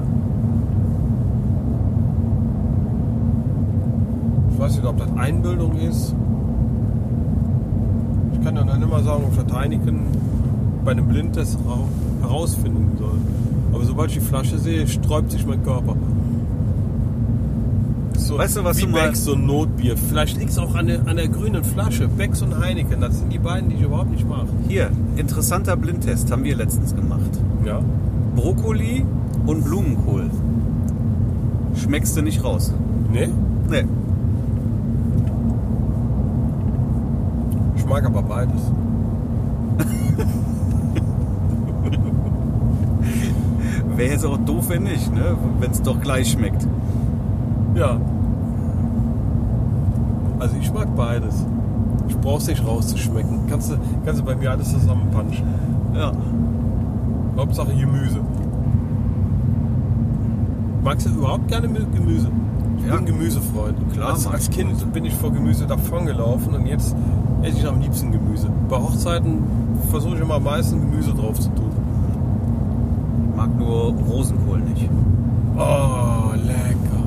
Speaker 1: Ich weiß nicht, ob das Einbildung ist. Ich kann ja dann immer sagen, ob ich das Heineken bei einem Blindtest hera- herausfinden soll. Aber sobald ich die Flasche sehe, sträubt sich mein Körper. So,
Speaker 2: Weißt du, was
Speaker 1: wie
Speaker 2: du mal-
Speaker 1: Becks und Notbier. Vielleicht liegt es auch an der, an der grünen Flasche. Becks und Heineken, das sind die beiden, die ich überhaupt nicht mag.
Speaker 2: hier, interessanter Blindtest haben wir letztens gemacht.
Speaker 1: Ja.
Speaker 2: Brokkoli und Blumenkohl. Schmeckst du nicht raus?
Speaker 1: Ne?
Speaker 2: Nee.
Speaker 1: Ich mag aber beides.
Speaker 2: Wäre jetzt auch doof, wenn nicht, ne? wenn es doch gleich schmeckt.
Speaker 1: Ja. Also ich mag beides. Ich brauch's nicht rauszuschmecken. Kannst du, kannst du bei mir alles zusammen punchen.
Speaker 2: Ja.
Speaker 1: Hauptsache Gemüse. Magst du überhaupt gerne Mü- Gemüse? Ich
Speaker 2: Ja.
Speaker 1: bin Gemüsefreund.
Speaker 2: Klar,
Speaker 1: Als,
Speaker 2: mag
Speaker 1: als
Speaker 2: ich
Speaker 1: Kind bin ich vor Gemüse davongelaufen und jetzt esse ich am liebsten Gemüse. Bei Hochzeiten versuche ich immer am meisten Gemüse drauf zu tun.
Speaker 2: Ich mag nur Rosenkohl nicht.
Speaker 1: Oh, lecker.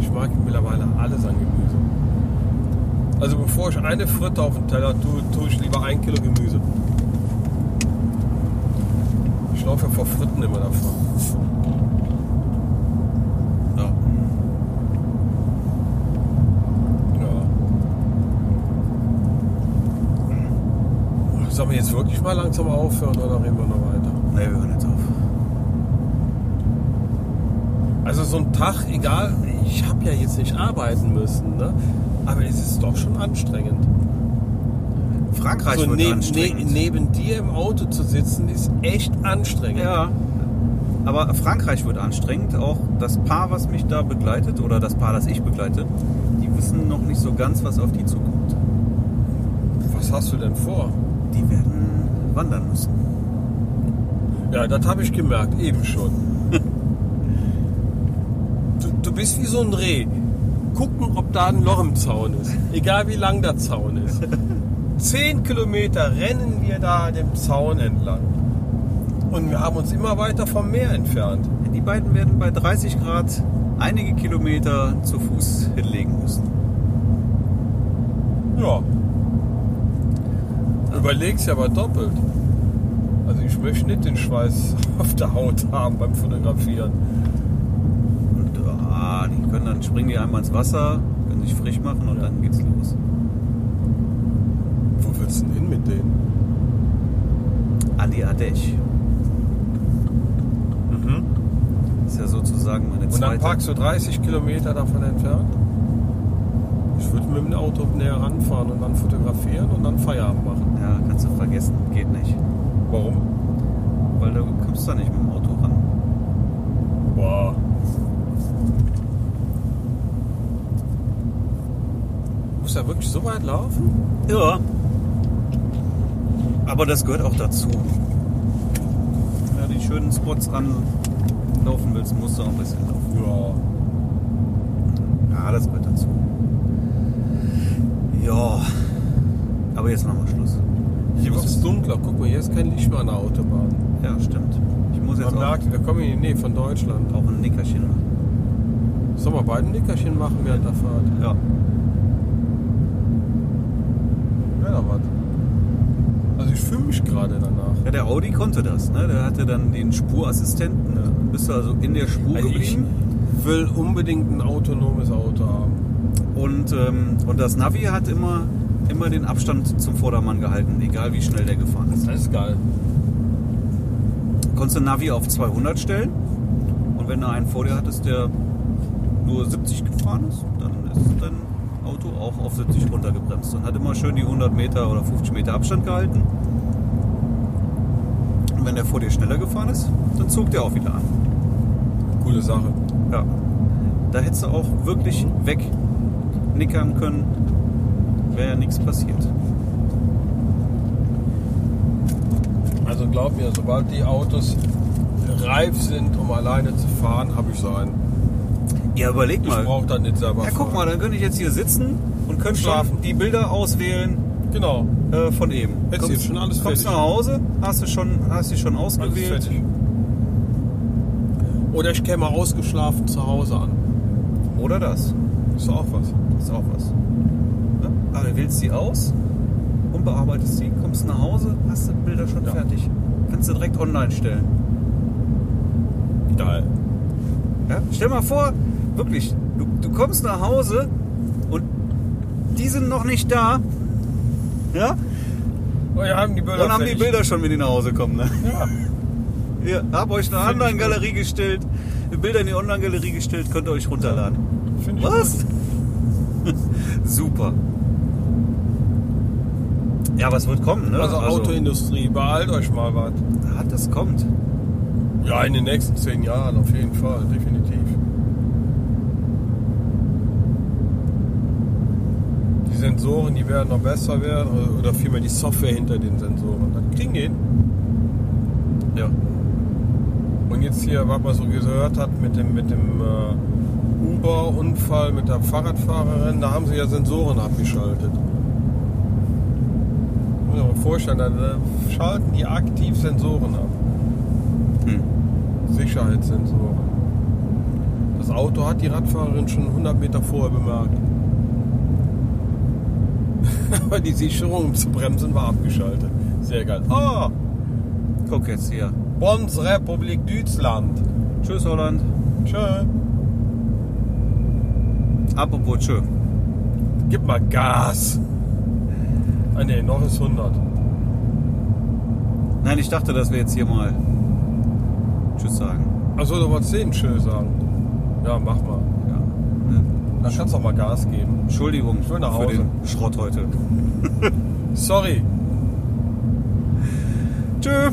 Speaker 1: Ich mag mittlerweile alles an Gemüse. Also bevor ich eine Fritte auf den Teller tue, tue ich lieber ein Kilo Gemüse. Ich laufe ja vor Fritten immer davon. Ja. Ja. Sollen wir jetzt wirklich mal langsam aufhören oder reden wir noch weiter?
Speaker 2: Nee, wir hören jetzt auf.
Speaker 1: Also so ein Tag, egal, ich habe ja jetzt nicht arbeiten müssen, ne? aber es ist doch schon anstrengend.
Speaker 2: Frankreich
Speaker 1: so
Speaker 2: wird
Speaker 1: neb-
Speaker 2: anstrengend.
Speaker 1: ne- neben dir im Auto zu sitzen, ist echt anstrengend.
Speaker 2: Ja. Aber Frankreich wird anstrengend. Auch das Paar, was mich da begleitet, oder das Paar, das ich begleite, die wissen noch nicht so ganz, was auf die zukommt.
Speaker 1: Was hast du denn vor?
Speaker 2: Die werden wandern müssen.
Speaker 1: Ja, das habe ich gemerkt, eben schon. du, du bist wie so ein Reh. Gucken, ob da ein Loch im Zaun ist. Egal wie lang der Zaun ist. Zehn Kilometer rennen wir da dem Zaun entlang. Und wir haben uns immer weiter vom Meer entfernt.
Speaker 2: Die beiden werden bei 30 Grad einige Kilometer zu Fuß hinlegen müssen.
Speaker 1: Ja. Überleg's ja aber doppelt. Also ich möchte nicht den Schweiß auf der Haut haben beim Fotografieren.
Speaker 2: Und ah, die können dann springen die einmal ins Wasser, können sich frisch machen und dann geht's los.
Speaker 1: Wo willst du denn hin mit denen?
Speaker 2: An Bangladesch. Ist ja sozusagen meine
Speaker 1: Und
Speaker 2: zweite.
Speaker 1: Mhm. dann parkst du 30 Kilometer davon entfernt. Ich würde mit dem Auto näher ranfahren und dann fotografieren und dann Feierabend machen.
Speaker 2: ja, kannst du vergessen, geht nicht.
Speaker 1: Warum?
Speaker 2: Weil du kommst da nicht mit dem Auto ran.
Speaker 1: Boah. Muss er wirklich so weit laufen?
Speaker 2: Ja. Aber das gehört auch dazu. Wenn du die schönen Spots anlaufen willst, musst du auch ein bisschen laufen.
Speaker 1: Ja.
Speaker 2: Ja, das gehört dazu. Ja. Aber jetzt machen wir Schluss.
Speaker 1: Hier wird es dunkler. Guck mal, hier ist kein Licht mehr an der Autobahn.
Speaker 2: Ja, stimmt. Ich muss jetzt
Speaker 1: Man
Speaker 2: auch,
Speaker 1: merkt, wir kommen in die Nähe von Deutschland.
Speaker 2: auch ein Nickerchen machen.
Speaker 1: Sollen wir beide ein Nickerchen machen während der Fahrt?
Speaker 2: Ja.
Speaker 1: Ja, doch was. Also ich fühle mich gerade danach.
Speaker 2: Ja, der Audi konnte das, ne? Der hatte dann den Spurassistenten.
Speaker 1: Ja.
Speaker 2: Bist du also in der Spur
Speaker 1: Also ich
Speaker 2: geblieben?
Speaker 1: will unbedingt ein autonomes Auto haben.
Speaker 2: Und, ähm, und das Navi hat immer, immer den Abstand zum Vordermann gehalten, egal wie schnell der gefahren ist.
Speaker 1: Das ist geil.
Speaker 2: Konntest du Navi auf 200 stellen und wenn du einen vor dir hattest, der nur 70 gefahren ist, dann ist dein Auto auch auf 70 runtergebremst und hat immer schön die 100 Meter oder 50 Meter Abstand gehalten. Und wenn der vor dir schneller gefahren ist, dann zog der auch wieder an.
Speaker 1: Coole Sache.
Speaker 2: Ja. Da hättest du auch wirklich wegnickern können, wäre ja nichts passiert.
Speaker 1: Also glaub mir, sobald die Autos reif sind, um alleine zu fahren, habe ich so einen.
Speaker 2: Ja, überleg
Speaker 1: Ich
Speaker 2: mal.
Speaker 1: brauche dann nicht selber
Speaker 2: Ja,
Speaker 1: fahren.
Speaker 2: guck mal, dann könnte ich jetzt hier sitzen und könnte
Speaker 1: Schlafen.
Speaker 2: schon die Bilder auswählen
Speaker 1: Genau.
Speaker 2: äh, von eben.
Speaker 1: Jetzt hier schon alles
Speaker 2: kommst
Speaker 1: fertig.
Speaker 2: nach Hause, hast du schon, hast du schon
Speaker 1: Alles ist
Speaker 2: ausgewählt.
Speaker 1: fertig. Also Oder ich käme ausgeschlafen zu Hause an.
Speaker 2: Oder das.
Speaker 1: Ist auch was.
Speaker 2: Ist auch was. Ne? Aber du wählst die aus und bearbeitest sie, kommst nach Hause, hast die Bilder schon
Speaker 1: Ja.
Speaker 2: fertig. Kannst du direkt online stellen.
Speaker 1: Geil.
Speaker 2: Ja? Stell mal vor, wirklich, du, du kommst nach Hause und die sind noch nicht da. Ja?
Speaker 1: Und wir Oh, haben die Bilder
Speaker 2: Und haben die
Speaker 1: fertig.
Speaker 2: Bilder schon, wenn die nach Hause kommen. Ne?
Speaker 1: Ja.
Speaker 2: Ihr habt euch eine
Speaker 1: Find ich
Speaker 2: Online-Galerie gestellt, Bilder in die Online-Galerie gestellt, könnt ihr euch runterladen.
Speaker 1: Find ich
Speaker 2: Was?
Speaker 1: gut.
Speaker 2: Super. Ja, was wird kommen, ne?
Speaker 1: Also, Autoindustrie, beeilt euch mal was.
Speaker 2: Ah, das kommt.
Speaker 1: Ja, in den nächsten zehn Jahren auf jeden Fall, definitiv. Die Sensoren, die werden noch besser werden oder- oder vielmehr die Software hinter den Sensoren. Dann kriegen die hin.
Speaker 2: Ja.
Speaker 1: Und jetzt hier, was man so gehört hat mit dem, mit dem äh, Uber-Unfall mit der Fahrradfahrerin, da haben sie ja Sensoren abgeschaltet. Muss ich mir mal vorstellen, da äh, schalten die aktiv Sensoren ab.
Speaker 2: Hm.
Speaker 1: Sicherheitssensoren. Das Auto hat die Radfahrerin schon 100 Meter vorher bemerkt. Aber die Sicherung, um zu bremsen, war abgeschaltet. Sehr geil. Oh,
Speaker 2: Guck jetzt hier.
Speaker 1: Bundesrepublik Deutschland.
Speaker 2: Tschüss, Holland.
Speaker 1: Tschö.
Speaker 2: Apropos tschö.
Speaker 1: Gib mal Gas. Ah ne, noch ist 100.
Speaker 2: Nein, ich dachte, dass wir jetzt hier mal Tschüss sagen.
Speaker 1: Achso, du wolltest 10 Tschö sagen. Ja, mach mal.
Speaker 2: Ja. Ne?
Speaker 1: Dann kannst du auch mal Gas geben.
Speaker 2: Entschuldigung
Speaker 1: will nach Hause.
Speaker 2: für den Schrott heute.
Speaker 1: Sorry.
Speaker 2: Tschö.